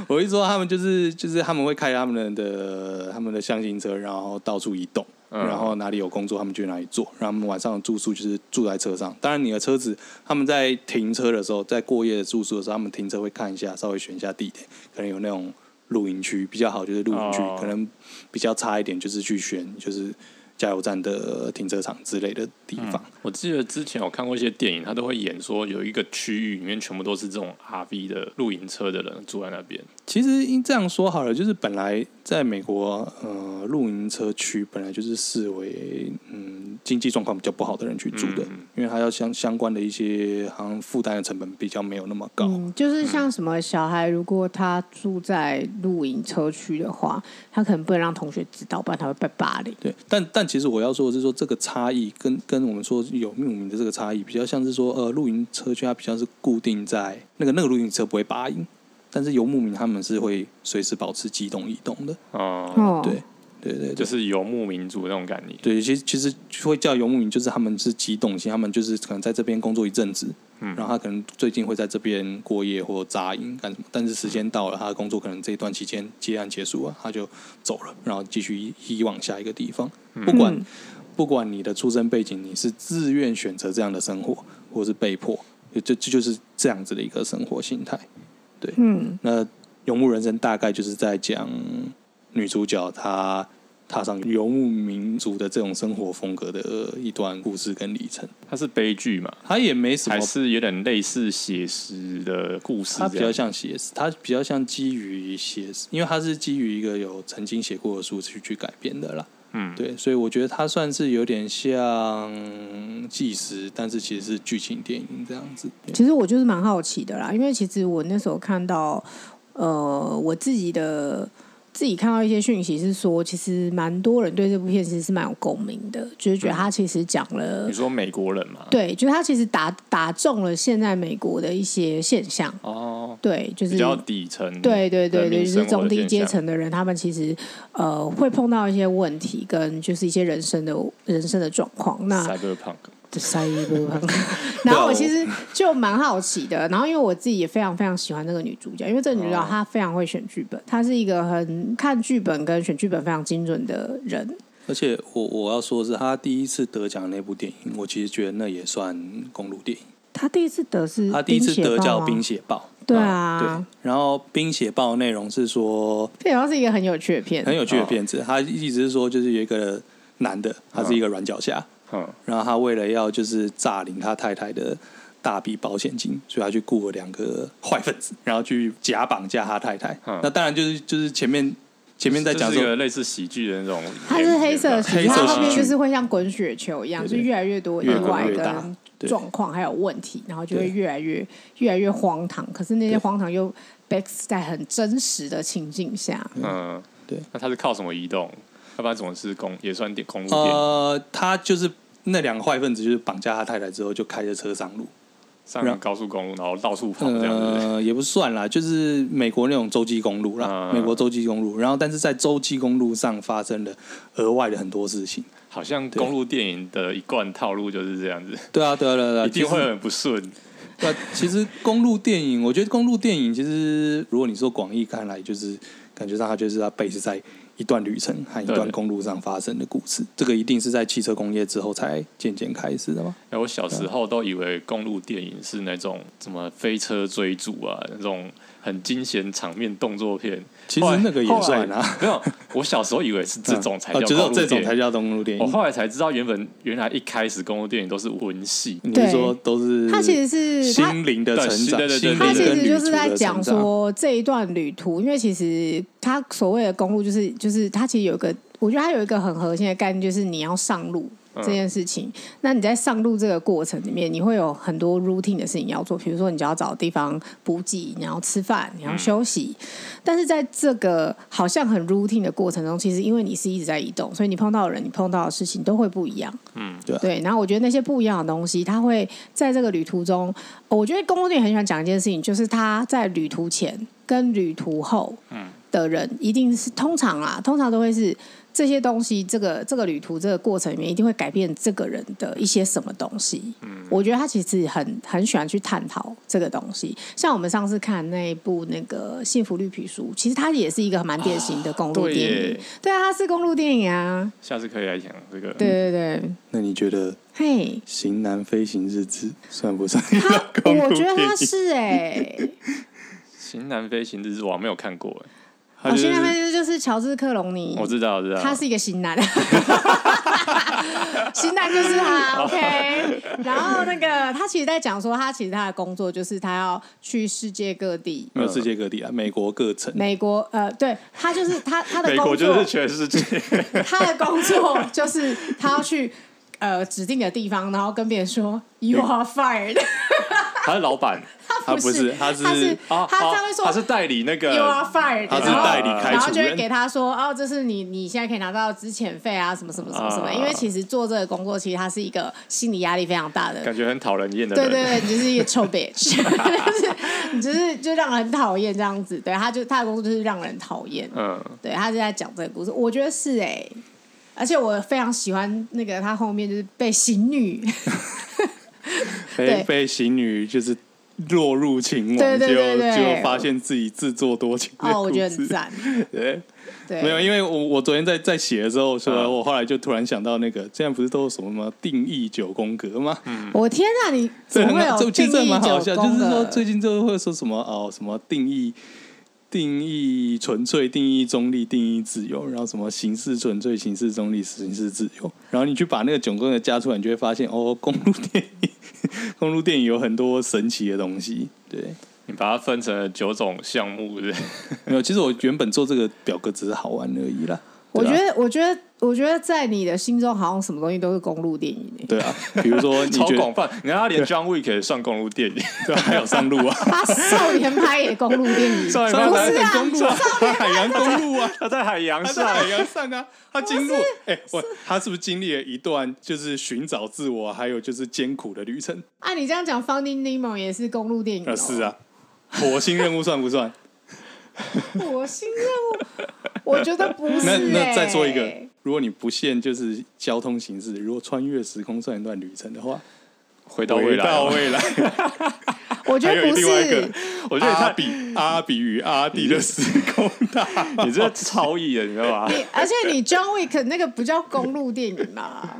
Speaker 1: *laughs* 我一说他们就是就是他们会开他们的他们的象形车，然后到处移动，
Speaker 2: 嗯
Speaker 1: 然后哪里有工作他们就去哪里做，然后他们晚上的住宿就是住在车上。当然你的车子他们在停车的时候，在过夜的住宿的时候，他们停车会看一下，稍微选一下地点，可能有那种露营区比较好，就是露营区，
Speaker 2: 哦
Speaker 1: 可能比较差一点就是去选就是加油站的停车场之类的地方。
Speaker 2: 我记得之前有看过一些电影，他都会演说有一个区域里面全部都是这种 RV 的露营车的人住在那边。
Speaker 1: 其实应这样说好了，就是本来在美国，呃，露营车区本来就是视为嗯经济状况比较不好的人去住的，因为它要相相关的一些好像负担的成本比较没有那么
Speaker 2: 哦
Speaker 1: 高。
Speaker 3: 嗯，就是像什么小孩，如果他住在露营车区的话，他可能不能让同学知道，不然他会被霸凌。
Speaker 1: 对，但但其实我要说的是说，这个差异跟跟我们说有命名的这个差异，比较像是说，呃，露营车区它比较是固定在那个那个露营车不会拔营，但是游牧民他们是会随时保持机动移动的。
Speaker 2: 哦，
Speaker 3: 哦，
Speaker 1: 对，对对对
Speaker 2: 就是游牧民族那种概念。
Speaker 1: 对，其实其实会叫游牧民，就是他们是机动性，他们就是可能在这边工作一阵子，
Speaker 2: 嗯
Speaker 1: 然后他可能最近会在这边过夜或扎营干什么，但是时间到了，他的工作可能这一段期间接案结束了，他就走了，然后继续移移往下一个地方，不管、
Speaker 3: 嗯
Speaker 1: 不管你的出身背景，你是自愿选择这样的生活，或是被迫，就这这就是这样子的一个生活形态。
Speaker 3: 嗯，
Speaker 1: 那《游牧人生》大概就是在讲女主角她踏上游牧民族的这种生活风格的一段故事跟历程。
Speaker 2: 它是悲剧嘛，
Speaker 1: 她也没什
Speaker 2: 还
Speaker 1: 么，
Speaker 2: 是有点类似写实的故事这
Speaker 1: 她
Speaker 2: 样？
Speaker 1: 比较像写实，她比较像基于写实，因为她是基于一个有曾经写过的书去去改编的啦。
Speaker 2: 嗯，
Speaker 1: 对，所以我觉得它算是有点像纪实，但是其实是剧情电影这样子。
Speaker 2: 嗯
Speaker 3: 其实我就是蛮好奇的啦，因为其实我那时候看到，呃，我自己的自己看到一些讯息是说，其实蛮多人对这部片其实是蛮有共鸣的，就是
Speaker 2: 嗯
Speaker 3: 觉得他其实讲了
Speaker 2: 你，说美国人嘛？
Speaker 3: 对，就是他其实打打中了现在美国的一些现象，
Speaker 2: 哦，
Speaker 3: 对，就是
Speaker 2: 比较底
Speaker 1: 嗯
Speaker 2: 层，
Speaker 3: 对对对对，就是中低阶
Speaker 2: 层。
Speaker 3: 层的人，他们其实呃会碰到一些问题，跟就是一些人生的人生的状况。那
Speaker 2: Cyberpunk，
Speaker 1: *laughs*
Speaker 3: Cyberpunk 然
Speaker 1: 啊
Speaker 3: 后我其实就蛮好奇的，然后因为我自己也非常非常喜欢那个女主角，因为这个女主角
Speaker 1: 啊
Speaker 2: 哦
Speaker 3: 她非常会选剧本，她是一个很看剧本跟选剧本非常精准的人。
Speaker 1: 而且我我要说的是，她第一次得奖的那部电影，我其实觉得那也算公路电影。
Speaker 3: 她第一次得是
Speaker 1: 他第一次得叫《嗯
Speaker 3: 冰
Speaker 1: 冰
Speaker 3: 雪啊
Speaker 1: 雪豹》，
Speaker 3: 对
Speaker 1: 对
Speaker 3: 啊，，
Speaker 1: 然后《冰雪豹》内容是说
Speaker 3: 这好像是一个很有趣的片，
Speaker 1: 很有
Speaker 2: 哦
Speaker 1: 趣的片子，他一直是说就是有一个男的，他是一个软脚虾，
Speaker 2: 嗯，
Speaker 1: 然后他为了要就是诈领他太太的大笔保险金，所以他去雇了两个坏分子，然后去假绑架他太太
Speaker 2: 嗯。
Speaker 1: 那当然就是就是前面前面在讲
Speaker 2: 这
Speaker 1: 说
Speaker 2: 是一个类似喜剧的那种，
Speaker 3: 它是黑色的喜剧，啊
Speaker 1: 黑色
Speaker 3: 它
Speaker 1: 喜剧
Speaker 3: 后面就是会像滚雪球一样，
Speaker 1: 对
Speaker 3: 就
Speaker 1: 对
Speaker 3: 越来越多意
Speaker 1: 越滚
Speaker 3: 外
Speaker 1: 越大
Speaker 3: 跟
Speaker 1: 对
Speaker 3: 状况还有问题，然后就会越来越越来越荒唐。可是那些
Speaker 1: 对
Speaker 3: 荒唐又 base 在很真实的情境下，
Speaker 2: 嗯，
Speaker 1: 对。
Speaker 2: 那它是靠什么移动？要不然总是公也算电公路电影
Speaker 1: 呃，他就是那两个坏分子就是绑架他太太之后，就开着车上路。
Speaker 2: 上高速公路，然后到处跑这样子。
Speaker 1: 呃，也不算啦，就是美国那种洲际公路啦，
Speaker 2: 嗯
Speaker 1: 美国洲际公路。然后，但是在洲际公路上发生了额外的很多事情。
Speaker 2: 好像公路电影的一贯套路就是这样子，
Speaker 1: 对啊，对啊，对啊，对啊
Speaker 2: 一定会很不顺。
Speaker 1: 对啊其实公路电影，我觉得公路电影其实，如果你说广义看来，就是感觉上它就是它 base 在一段旅程和一
Speaker 2: 对
Speaker 1: 段公路上发生的故事。这个一定是在汽车工业之后才渐渐开始的吗？
Speaker 2: 哎、我
Speaker 1: 啊
Speaker 2: 小时候都以为公路电影是那种什么飞车追逐啊，那种很惊险场面动作片。
Speaker 1: 其
Speaker 2: 后
Speaker 1: 实
Speaker 2: 来
Speaker 1: 那个也算啊，，
Speaker 2: 后来没有，我小时候以为是这种才叫
Speaker 1: 哦只
Speaker 2: 公
Speaker 1: 有
Speaker 2: 路
Speaker 1: 这
Speaker 2: 电
Speaker 1: 种
Speaker 2: 影。
Speaker 1: 才叫公路电
Speaker 2: 我
Speaker 1: 影。
Speaker 2: 后来才知道，原本原来一开始公路电影都是文戏，
Speaker 1: 你
Speaker 3: 对
Speaker 1: 是说都是
Speaker 3: 它其实是它
Speaker 1: 心灵的成长，
Speaker 2: 对对对
Speaker 1: 心灵
Speaker 3: 他其
Speaker 1: 跟
Speaker 3: 实
Speaker 1: 旅
Speaker 3: 就
Speaker 1: 途
Speaker 3: 是
Speaker 1: 的
Speaker 3: 在
Speaker 1: 成
Speaker 3: 讲
Speaker 1: 长，
Speaker 3: 说这一段旅途，因为其实他所谓的公路就是就是他其实有一个，我觉得他有一个很核心的概念，就是你要上路
Speaker 1: 嗯
Speaker 3: 这件事情。那你在上路这个过程里面，你会有很多 routine 的事情要做，比如说你就要找地方补给，你要吃饭，你
Speaker 1: 嗯
Speaker 3: 要休息。但是在这个好像很 routine 的过程中，其实因为你是一直在移动，所以你碰到的人，你碰到的事情都会不一样。
Speaker 1: 对啊
Speaker 3: 对，然后我觉得那些不一样的东西，它会在这个旅途中，我觉得公路电影很喜欢讲一件事情，就是他在旅途前跟旅途后
Speaker 2: 嗯
Speaker 3: 的人，一定是通常啊，通常都会是这些东西，这个这个旅途这个过程里面，一定会改变这个人的一些什么东西。
Speaker 2: 嗯
Speaker 3: 我觉得他其实很很喜欢去探讨这个东西。像我们上次看那一部那个《幸福绿皮书》，其实它也是一个蛮典型的公路
Speaker 2: 对
Speaker 3: 电影。
Speaker 2: 耶，
Speaker 3: 对啊，它是公路电影啊。
Speaker 2: 下次可以来讲这个。
Speaker 3: 对对对，
Speaker 1: 那你觉得《
Speaker 3: 嘿。
Speaker 1: 型男飞行日志》算不算一
Speaker 2: *laughs*
Speaker 3: 他
Speaker 1: 个公
Speaker 3: 我
Speaker 1: 路
Speaker 3: 觉
Speaker 1: 电
Speaker 3: 得他
Speaker 1: 影？
Speaker 3: 是哎、
Speaker 2: 型男飞行日志》我还没有看过哎， *laughs* 他
Speaker 3: 我
Speaker 2: 就是
Speaker 3: 哦
Speaker 2: 哦
Speaker 3: 现在看就是乔治克隆尼，
Speaker 2: 我知道，我知道，
Speaker 3: 他是一个型男，型男就是他，OK。
Speaker 2: *laughs*
Speaker 3: 然
Speaker 2: 哦
Speaker 3: 后那个他其实在讲说，他其实他的工作就是他要去世界各地，
Speaker 2: 嗯
Speaker 1: 没有世界各地啊，美国各城。
Speaker 3: 美国呃，对他就是他他的
Speaker 2: 美
Speaker 3: 工
Speaker 2: 国
Speaker 3: 作
Speaker 2: 就是全世界，
Speaker 3: 他的工作就是他要去呃指定的地方，然后跟别人说 You are fired，
Speaker 2: *laughs* 他是老板，
Speaker 1: 他不是，他
Speaker 3: 他是
Speaker 2: 啊，
Speaker 3: 他
Speaker 2: 啊
Speaker 3: 这样会说
Speaker 2: 他是代理那
Speaker 3: You are
Speaker 2: 个，
Speaker 3: fired，
Speaker 1: 他是
Speaker 3: 然后
Speaker 1: 代理开除人
Speaker 3: 然后就会给他说，哦，这是你你现在可以拿到资遣费啊，什么什么什么什么，
Speaker 2: 啊
Speaker 3: 因为其实做这个工作，其实他是一个心理压力非常大的。
Speaker 2: 感觉很讨人厌的
Speaker 3: 对
Speaker 2: 人，
Speaker 3: 对对，你就是一个臭 bitch，就是你就是就让人很讨厌这样子。对，他就他的工作就是让人讨厌。
Speaker 2: 嗯，
Speaker 3: 对，他就在讲这个故事，我觉得是哎、而且我非常喜欢那个他后面就是被
Speaker 1: *laughs*
Speaker 3: 刑女，对
Speaker 1: 被被型女就是落入情
Speaker 3: 对
Speaker 1: 网，
Speaker 3: 对
Speaker 1: 就
Speaker 3: 对对
Speaker 1: 就发现自己自作多情的
Speaker 3: 哦，我觉得
Speaker 1: 故
Speaker 3: 很
Speaker 1: 事
Speaker 3: 赞。
Speaker 1: *laughs* 对，
Speaker 3: 对，
Speaker 1: 没有，因为我我昨天在在写的时候，
Speaker 2: 嗯
Speaker 1: 说我后来就突然想到那个，现在不是都有什么什么定义九宫格吗？
Speaker 3: 我天哪，你
Speaker 1: 这
Speaker 3: 怎么
Speaker 1: 很
Speaker 3: 会
Speaker 1: 好，
Speaker 3: 有
Speaker 1: 这其
Speaker 3: 定
Speaker 1: 实这
Speaker 3: 义
Speaker 1: 蛮好
Speaker 3: 九
Speaker 1: 笑，就
Speaker 3: 宫
Speaker 1: 是说
Speaker 3: 的？
Speaker 1: 最近就会说什么哦，什么定义。定义纯粹、定义中立、定义自由，然后什么形式纯粹、形式中立、形式自由，然后你去把那个九宫格加出来，你就会发现哦，公路电影， *laughs* 公路电影有很多神奇的东西。对，
Speaker 2: 你把它分成了九种项目，是不是
Speaker 1: 没有，其实我原本做这个表格只是好玩而已啦。
Speaker 3: 我觉
Speaker 1: 对啊
Speaker 3: 得，我觉得，我觉得，在你的心中，好像什么东西都是公路电影欸耶
Speaker 1: 对啊，比如说你
Speaker 2: 超
Speaker 1: 觉得
Speaker 2: 广泛。你看他连 John Wick 也算公路电 *laughs* 影，
Speaker 1: 对啊，还有上路啊，
Speaker 3: *laughs* 他少年派也公路电影，
Speaker 2: 少年派
Speaker 3: 不是啊？
Speaker 1: 公路啊， *laughs* 海洋公路啊，
Speaker 2: 他在海洋
Speaker 1: 他
Speaker 2: 上
Speaker 1: 在，海
Speaker 3: *laughs*
Speaker 1: 洋上啊，他经过，哎，我他是不是经历了一段就是寻找自我，还有就是艰苦的旅程？
Speaker 3: 啊，你这样讲，Finding Nemo 也是公路电影、哦
Speaker 1: 呃，是，啊，火星任务算不算？
Speaker 3: 火星任务，我觉得 *laughs* 不是、
Speaker 1: *laughs* 那
Speaker 3: 欸。
Speaker 1: 那再说一个，如果你不限就是交通形式，如果穿越时空算一段旅程的话，
Speaker 2: 回到未来
Speaker 1: 回到
Speaker 2: 哦，
Speaker 1: 未来，
Speaker 3: 我觉
Speaker 2: 还
Speaker 3: 得
Speaker 2: 有
Speaker 3: 不
Speaker 2: 另外一个
Speaker 3: 是。，
Speaker 2: 我觉得
Speaker 1: 阿
Speaker 2: 他
Speaker 1: 比阿比与阿弟的时空大
Speaker 2: *laughs* 你这超意人，你知
Speaker 1: *laughs*
Speaker 2: 道吧？
Speaker 3: 你而且你 John Wick 那个不叫公路电影啦，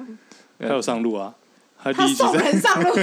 Speaker 1: 还有上路啊，他第
Speaker 3: *laughs* 他
Speaker 1: 一集
Speaker 3: 送
Speaker 1: 在
Speaker 3: 人上路， *laughs* 送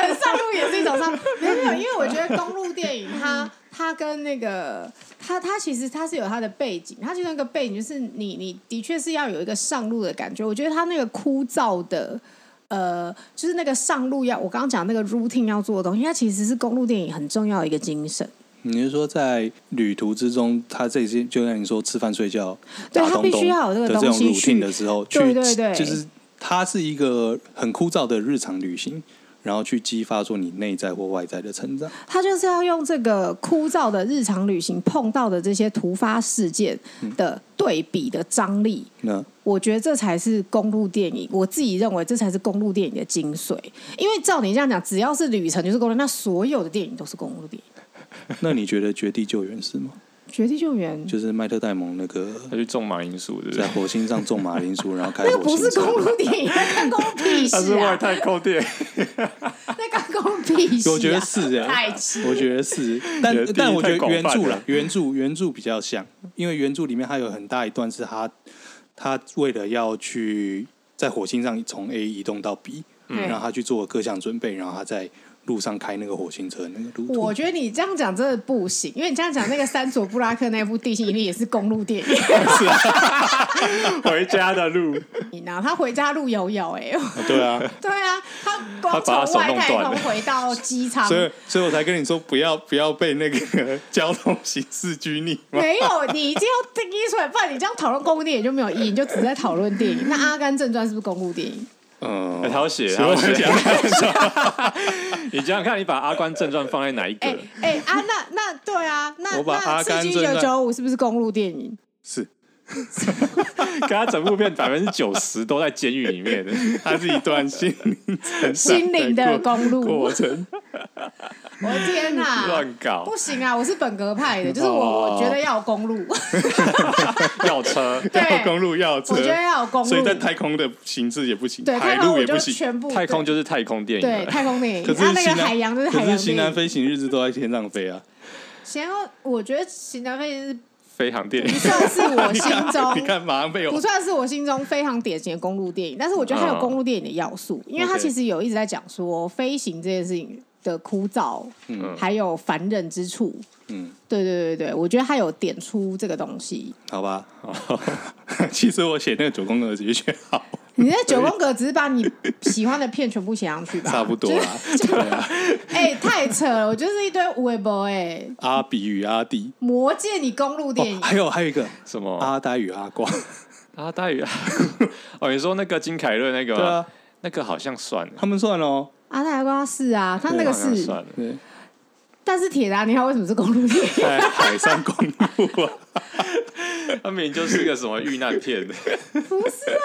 Speaker 3: 人上路也是一种上路，没有没有，因为我觉得公路电影它它跟那个它它其实它是有它的背景，它就那个背景就是你你的确是要有一个上路的感觉，我觉得它那个枯燥的。呃，就是那个上路要，我刚刚讲那个 routine 要做的东西，它其实是公路电影很重要的一个精神。
Speaker 1: 你是说在旅途之中，他这些就像你说吃饭睡觉、
Speaker 3: 对
Speaker 1: 打
Speaker 3: 他
Speaker 1: 东
Speaker 3: 必
Speaker 1: 东
Speaker 3: 须要有这个
Speaker 1: 的这
Speaker 3: 东
Speaker 1: 种
Speaker 3: 西
Speaker 1: routine
Speaker 3: 去
Speaker 1: 的时候，去
Speaker 3: 对对对
Speaker 1: 就是它是一个很枯燥的日常旅行，然后去激发出你内在或外在的成长。
Speaker 3: 他就是要用这个枯燥的日常旅行碰到的这些突发事件的对比的张力，
Speaker 1: 那
Speaker 3: *laughs* 我觉得这才是公路电影。我自己认为这才是公路电影的精髓。因为照你这样讲，只要是旅程就是公路，那所有的电影都是公路电影。
Speaker 1: 那你觉得《绝地救援》是吗？
Speaker 3: 绝地救援，
Speaker 1: 就是麦特戴蒙那个
Speaker 2: 他去种马铃薯，对不
Speaker 1: 在
Speaker 2: 对？
Speaker 1: 火星上种马铃薯，然后开
Speaker 3: 那
Speaker 1: 火
Speaker 3: 不
Speaker 1: 星
Speaker 3: 是
Speaker 1: 车
Speaker 3: 公。路电影，那干公屁
Speaker 2: *laughs* 他是
Speaker 3: 事
Speaker 2: 外
Speaker 3: 啊！
Speaker 2: 太空电影，
Speaker 3: 那干公屁事、啊，
Speaker 1: *laughs* 我觉得是哎、
Speaker 3: 太气
Speaker 1: 我觉得是，但
Speaker 2: 你的定义
Speaker 1: 但我觉
Speaker 2: 太
Speaker 1: 得
Speaker 2: 广
Speaker 1: 原
Speaker 2: 泛
Speaker 1: 著
Speaker 2: 了
Speaker 1: 了，原著原著比较像，因为原著里面它有很大一段是他他为了要去在火星上从 A 移动到 B，
Speaker 3: 嗯
Speaker 1: 然后他去做各项准备，然后他在路上开那个火星车那个路
Speaker 3: 我
Speaker 1: 途。
Speaker 3: 觉得你这样讲真的不行，因为你这样讲那个三佐布拉克那部《地心引力》也是公路电影，
Speaker 2: 回家的路，
Speaker 3: 你拿啊他回家路有有哎、
Speaker 1: 对啊，
Speaker 3: *laughs* 对啊，他光
Speaker 2: 他把他
Speaker 3: 从
Speaker 2: 手
Speaker 3: 外
Speaker 2: 弄
Speaker 3: 太
Speaker 2: 断
Speaker 3: 空
Speaker 2: 了
Speaker 3: 回到机场，
Speaker 1: *laughs* 所以所以我才跟你说不要不要被那个 *laughs* 交通形式拘泥嘛。
Speaker 3: 没有，你一定要定义出来，不然你这样讨论公路电影就没有意义，你就只在讨论电影。
Speaker 1: *laughs*
Speaker 3: 那《阿甘正传》是不是公路电影？
Speaker 1: 嗯
Speaker 2: 哎，他要写，他
Speaker 1: 所以
Speaker 2: 要
Speaker 1: 我
Speaker 2: *laughs* 写。
Speaker 1: 讲
Speaker 2: 你想想看，你把《阿甘正传》放在哪一
Speaker 3: 哎
Speaker 2: 个？
Speaker 3: 哎、啊，那那对啊，那
Speaker 1: 我把
Speaker 3: 那
Speaker 1: 阿
Speaker 3: 《
Speaker 1: 甘
Speaker 3: 刺激
Speaker 1: 正
Speaker 3: 一九
Speaker 1: 传
Speaker 3: 九五》是不是公路
Speaker 1: *laughs*
Speaker 3: 电影？
Speaker 1: 是
Speaker 2: 跟他整部片百分之九十都在监狱里 *laughs* 面的，
Speaker 1: 它是一段心灵成长
Speaker 3: 心灵的公路
Speaker 1: 过，程，
Speaker 3: 我的哦天哪、
Speaker 2: 乱搞
Speaker 3: 不行啊！我是本格派的，就是我
Speaker 1: 哦
Speaker 3: 我觉得要有公
Speaker 1: *laughs*
Speaker 3: 路，
Speaker 2: 要车。
Speaker 3: 对
Speaker 1: 要公路要车
Speaker 3: 我，觉得要有公路，
Speaker 1: 所以在太空的形式也不行，
Speaker 3: 对
Speaker 1: 海
Speaker 3: 太空
Speaker 1: 陆
Speaker 3: 我
Speaker 1: 也
Speaker 3: 就
Speaker 1: 不行。
Speaker 3: 全部
Speaker 2: 太空就是太空电影
Speaker 3: 对
Speaker 2: 了
Speaker 3: 对，太空电影，
Speaker 1: 啊可是
Speaker 3: 它那
Speaker 1: 西
Speaker 3: 个
Speaker 1: 南
Speaker 3: 海洋就是海
Speaker 1: 可
Speaker 3: 洋
Speaker 1: 是西南
Speaker 3: 电影。
Speaker 1: 飞行日志都在天上飞啊！
Speaker 3: 然后我觉得西南飞是
Speaker 2: 飞
Speaker 1: *laughs*
Speaker 2: 航电
Speaker 3: 不
Speaker 2: 影。
Speaker 3: 算是我
Speaker 1: 你
Speaker 3: 心
Speaker 1: 看 *laughs*
Speaker 3: 中
Speaker 1: 你看马上被
Speaker 3: 不
Speaker 1: 我
Speaker 3: 算是我心中非常典型的公路电影，但是
Speaker 1: 嗯
Speaker 3: 我觉得它有公路电影的要素，因为它
Speaker 1: OK
Speaker 3: 其实有一直在讲说飞行这件事情的枯燥，
Speaker 1: 嗯
Speaker 3: 还有烦人之处。
Speaker 1: 嗯，
Speaker 3: 对对对对，我觉得它有点出这个东西。
Speaker 1: 好吧。 *laughs* 其实我写那个九宫格直接选好，
Speaker 3: 你那九宫格只是把你喜欢的片全部写上去
Speaker 1: *laughs*
Speaker 3: 吧，
Speaker 1: 差不多
Speaker 3: 就是。
Speaker 1: 啦。对啊
Speaker 3: *laughs* 哎、太扯了，我就是一堆无为 boy 哎，
Speaker 1: 阿比与阿弟，
Speaker 3: 魔界你公路电影
Speaker 1: 哦，，还有还有一个
Speaker 2: 什么啊
Speaker 1: 阿呆与阿瓜，
Speaker 2: 阿呆与啊 *laughs* 哦，你说那个金凯瑞那个
Speaker 1: 对
Speaker 2: 吗，
Speaker 1: 啊，
Speaker 2: 那个好像算了，
Speaker 1: 他们算哦。
Speaker 3: 阿泰瓜是啊，他那个
Speaker 2: 好像
Speaker 3: 是，
Speaker 2: 算了。
Speaker 3: *laughs*
Speaker 1: 对，
Speaker 3: 但是铁达尼号为什么是公路电影？
Speaker 1: 在海上公路
Speaker 2: *laughs*
Speaker 1: 啊，
Speaker 2: 他明明就是个什么遇难
Speaker 1: *laughs*
Speaker 2: 片，
Speaker 3: 不是啊，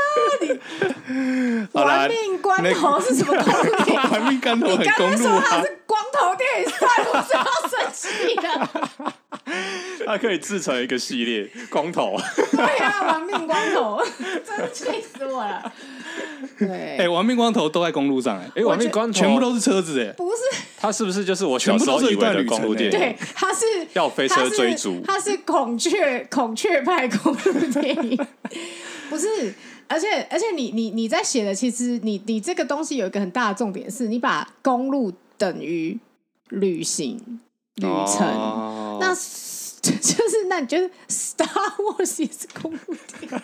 Speaker 1: 好啦
Speaker 3: 玩命关
Speaker 1: 那
Speaker 3: 头是什么公路电影？
Speaker 1: 玩命干头 *laughs*
Speaker 3: 你
Speaker 1: 很
Speaker 3: 刚
Speaker 1: 公
Speaker 3: 刚
Speaker 1: 路
Speaker 3: 说
Speaker 1: 啊
Speaker 3: 它。是光头电影，算了，我就要生气
Speaker 1: *laughs*
Speaker 3: 了。
Speaker 2: 它可以制成一个系列，光头。
Speaker 3: 对啊，玩命光头， *laughs* 真的气死我了。对，
Speaker 1: 哎，玩命光头都在公路上哎，
Speaker 2: 哎，
Speaker 3: 我
Speaker 2: 亡
Speaker 3: 觉
Speaker 2: 命
Speaker 3: 得
Speaker 2: 关头，
Speaker 1: 全部都是车子哎。
Speaker 3: 不是，
Speaker 2: 他是不是就是我小时候以为的公路电影？
Speaker 3: 对，它是
Speaker 2: 要飞车追逐
Speaker 3: 它是它是孔雀孔雀派公路电
Speaker 1: *laughs*
Speaker 3: 影，不是。而且而且你你你在写的，其实你你这个东西有一个很大的重点是，你把公路等于旅行旅程。
Speaker 1: 哦
Speaker 3: 那 *laughs* 就是那你觉得 Star Wars 也是
Speaker 1: *laughs*
Speaker 3: 公路电影？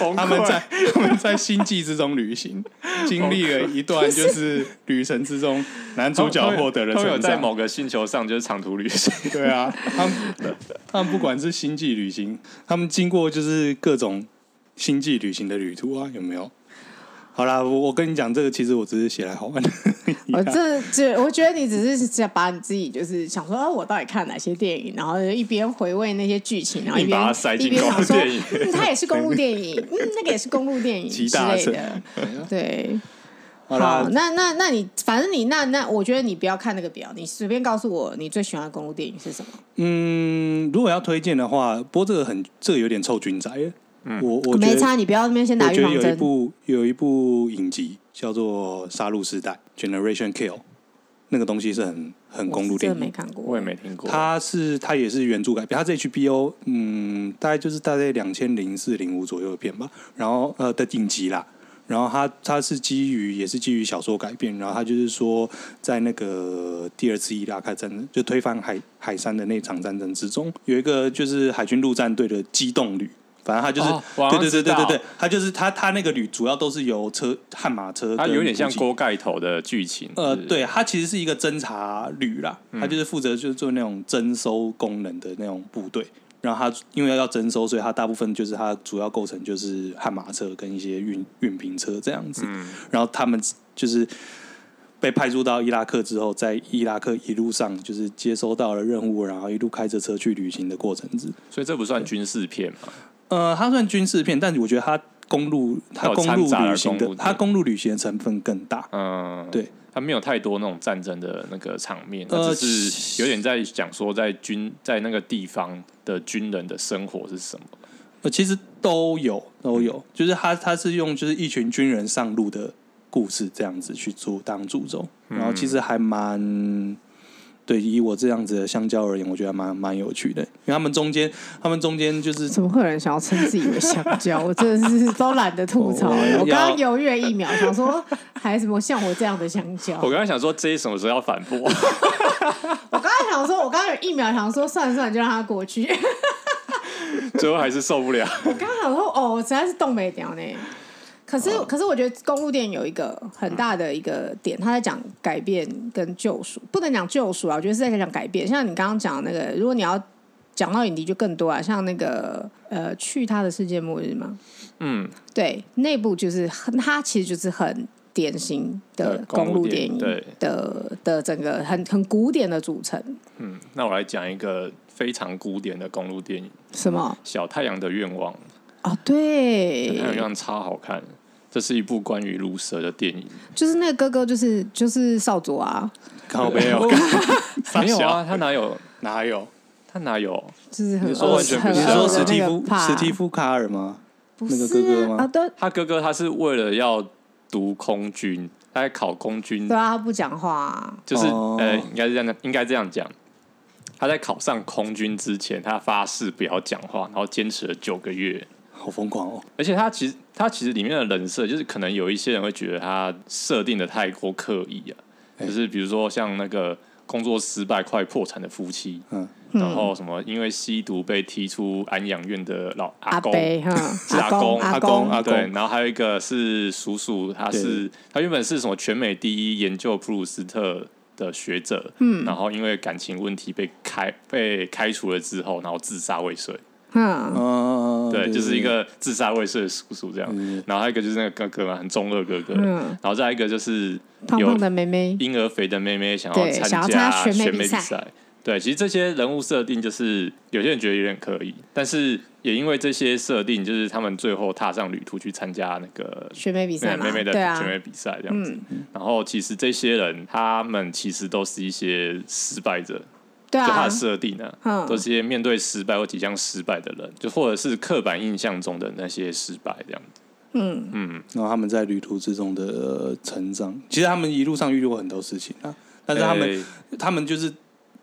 Speaker 2: 崩
Speaker 1: 他们
Speaker 2: 溃
Speaker 1: 在他们在星际之中旅行，
Speaker 2: *laughs*
Speaker 1: 经历了一段就是旅程之中，男 *laughs* 主角获得了
Speaker 2: 哦他们有
Speaker 1: 成
Speaker 2: 在
Speaker 1: 长。
Speaker 2: 某个星球上就是长途旅行，
Speaker 1: 对啊，他们他们不管是星际旅行，他们经过就是各种星际旅行的旅途啊，有没有？好啦，我我跟你讲，这个其实我只是写来好玩的。
Speaker 3: 我这这，我觉得你只是想把你自己就是想说，啊我到底看哪些电影，然后一边回味那些剧情，然后一
Speaker 2: 硬把它
Speaker 3: 边
Speaker 2: 塞
Speaker 3: 一
Speaker 2: 进
Speaker 3: 边想说，
Speaker 2: 公路电影
Speaker 3: 嗯，它也是公路电影，嗯，那个也是公
Speaker 1: *laughs*
Speaker 3: 路电影
Speaker 1: 集
Speaker 3: 之
Speaker 1: 大
Speaker 3: 类
Speaker 1: 成
Speaker 3: 的， *laughs* 对。
Speaker 1: 好
Speaker 3: 好
Speaker 1: 啦，，
Speaker 3: 那那那你，反正你那那，我觉得你不要看那个表，你随便告诉我你最喜欢的公路电影是什么？
Speaker 1: 嗯，如果要推荐的话，不过这个很这个有点臭军宅了。我我觉
Speaker 3: 没
Speaker 1: 得
Speaker 3: 差，你不要那边先打
Speaker 1: 我
Speaker 3: 预
Speaker 1: 觉得
Speaker 3: 防
Speaker 1: 有一
Speaker 3: 针。
Speaker 1: 部有一部影集叫做《杀戮时代》（Generation Kill），那个东西是很很公路
Speaker 3: 我是
Speaker 1: 电
Speaker 3: 真的没
Speaker 1: 影。
Speaker 3: 看过，
Speaker 2: 我也没 *laughs* 听过。
Speaker 1: 它是它也是原著改编，它是 HBO，嗯，大概就是大概两千零四零五左右的片吧，然后呃的影集啦。然后它它是基于也是基于小说改编，然后它就是说在那个第二次伊拉克战争，就推翻海海山的那场战争之中，有一个就是海军陆战队的机动旅，反正它就是、
Speaker 2: 哦我好
Speaker 1: 对
Speaker 2: 像
Speaker 1: 对对对
Speaker 2: 知道
Speaker 1: 对对，它就是它它那个旅主要都是由车悍马车，
Speaker 2: 它有点像锅盖头的剧情。嗯
Speaker 1: 呃，
Speaker 2: 是不是，
Speaker 1: 对，它其实是一个侦察旅啦，
Speaker 2: 嗯
Speaker 1: 它就是负责就是做那种征收功能的那种部队。然后它因为要征收，所以它大部分就是它主要构成就是悍马车跟一些运运兵车这样子。
Speaker 2: 嗯
Speaker 1: 然后他们就是被派驻到伊拉克之后，在伊拉克一路上就是接收到了任务，然后一路开着车去旅行的过程之
Speaker 2: 所以这不算军事片嘛？
Speaker 1: 呃，它算军事片，但我觉得它公路它
Speaker 2: 它有
Speaker 1: 公路
Speaker 2: 掺杂了
Speaker 1: 旅行
Speaker 2: 公
Speaker 1: 的
Speaker 2: 路
Speaker 1: 它公路旅行的成分更大。
Speaker 2: 嗯，
Speaker 1: 对，
Speaker 2: 它没有太多那种战争的那个场面，
Speaker 1: 呃
Speaker 2: 它只是有点在讲说在军在那个地方的军人的生活是什么。
Speaker 1: 呃，其实都有都有，
Speaker 2: 嗯
Speaker 1: 就是他他是用就是一群军人上路的故事这样子去做当主轴，
Speaker 2: 嗯
Speaker 1: 然后其实还蛮。对，以我这样子的香蕉而言，我觉得还蛮蛮有趣的，因为他们中间，他们中间
Speaker 2: *laughs*
Speaker 1: 就是
Speaker 3: 怎么会有人想要称自己为香蕉？ *laughs* 我真的是都懒得吐槽了。
Speaker 1: 我
Speaker 3: 我刚刚犹豫了一秒，想说还什么像我这样的香
Speaker 1: 哦
Speaker 3: 蕉。
Speaker 2: 我刚才想说这一什么时候要反驳， *laughs*
Speaker 3: 我刚刚想说，我刚刚有一秒想说，算了算了，就让它过去。
Speaker 2: 最后还是受不了。 *laughs*
Speaker 3: 我刚刚想说，哦，实在是东北屌呢。可是，
Speaker 2: 嗯
Speaker 3: 可是我觉得公路电影有一个很大的一个点，他在讲改变跟救赎，不能讲救赎啊，我觉得是在讲改变。像你刚刚讲的那个，如果你要讲到影帝就更多啊，像那个呃，去他的世界末日嘛，
Speaker 2: 嗯，
Speaker 3: 对，那部就是很，它其实就是很典型的
Speaker 2: 对
Speaker 3: 公
Speaker 2: 公
Speaker 3: 路
Speaker 2: 路电
Speaker 3: 电
Speaker 2: 影
Speaker 3: 影
Speaker 2: 对
Speaker 3: 的的整个很很古典的组成，
Speaker 2: 嗯，那我来讲一个非常古典的公路电影《
Speaker 3: 什么？
Speaker 2: 小太阳的愿望》，小太
Speaker 3: 哦，
Speaker 2: 阳
Speaker 3: 对
Speaker 2: 愿，望超好看。这是一部关于卢蛇的电影，
Speaker 3: 就是那个哥哥，就是就是少佐啊，
Speaker 1: 靠 *laughs*
Speaker 2: 没 *laughs* 有没有
Speaker 1: 小
Speaker 2: 啊？他哪有？
Speaker 1: 哪有？
Speaker 2: 他哪有？
Speaker 3: 就是很
Speaker 1: 你说
Speaker 3: 恶
Speaker 1: 完全不
Speaker 3: *laughs*
Speaker 2: 哦
Speaker 3: 很
Speaker 1: 是
Speaker 3: 恶
Speaker 1: 说
Speaker 3: 的
Speaker 1: 史
Speaker 3: 那
Speaker 1: 蒂
Speaker 3: 个
Speaker 1: 夫
Speaker 3: 怕
Speaker 1: 史蒂夫卡尔吗？
Speaker 3: 不
Speaker 1: 那个哥
Speaker 3: 是
Speaker 1: 哥吗
Speaker 3: 啊，啊对
Speaker 2: 他哥哥他是为了要读空军，他在考空军
Speaker 3: 对啊，他不讲话啊、
Speaker 2: 就是、
Speaker 1: 哦
Speaker 2: 呃，应该是这样，应该这样讲。他在考上空军之前，他发誓不要讲话，然后坚持了九个月。
Speaker 1: 好疯狂哦！
Speaker 2: 而且他其实他其实里面的人设，就是可能有一些人会觉得他设定的太过刻意啊，
Speaker 1: 哎
Speaker 2: 就是比如说像那个工作失败快破产的夫妻，
Speaker 1: 嗯，
Speaker 2: 然后什么因为吸毒被踢出安养院的老
Speaker 3: 阿
Speaker 2: 阿公，
Speaker 3: 贝哈，
Speaker 2: 是阿公
Speaker 3: 阿
Speaker 1: 阿公阿
Speaker 2: 对，然后还有一个是叔叔，他是他原本是什么全美第一研究普鲁斯特的学者，嗯，然后因为感情问题被开被开除了之后，然后自杀未遂，
Speaker 3: 嗯，
Speaker 1: 嗯，
Speaker 2: 对，就是一个自杀未遂的叔叔这样。然后还有一个就是那个哥哥嘛，很中二哥哥，
Speaker 3: 嗯
Speaker 2: 然后再一个就是
Speaker 3: 胖
Speaker 2: 有
Speaker 3: 胖的妹妹，
Speaker 2: 婴儿肥的妹妹想
Speaker 3: 对
Speaker 2: 要
Speaker 3: 想要
Speaker 2: 参
Speaker 3: 参
Speaker 2: 加
Speaker 3: 加选美
Speaker 2: 选
Speaker 3: 比
Speaker 2: 美
Speaker 3: 赛
Speaker 2: 赛。对，其实这些人物设定就是有些人觉得有点可疑，但是也因为这些设定，就是他们最后踏上旅途去参加那个
Speaker 3: 学妹比赛
Speaker 2: 对
Speaker 3: 嘛，
Speaker 2: 妹妹的
Speaker 3: 对啊嗯
Speaker 2: 选，美比赛这样子。然后其实这些人他们其实都是一些失败者，
Speaker 3: 对
Speaker 2: 就他
Speaker 3: 啊
Speaker 2: 的，设定呢、
Speaker 3: 嗯
Speaker 2: 都是一些面对失败或即将失败的人，就或者是刻板印象中的那些失败这样子。
Speaker 3: 嗯，
Speaker 2: 嗯，
Speaker 1: 然后他们在旅途之中的、呃成长，其实他们一路上遇到过很多事情啊，但是他们、
Speaker 2: 哎
Speaker 1: 他们就是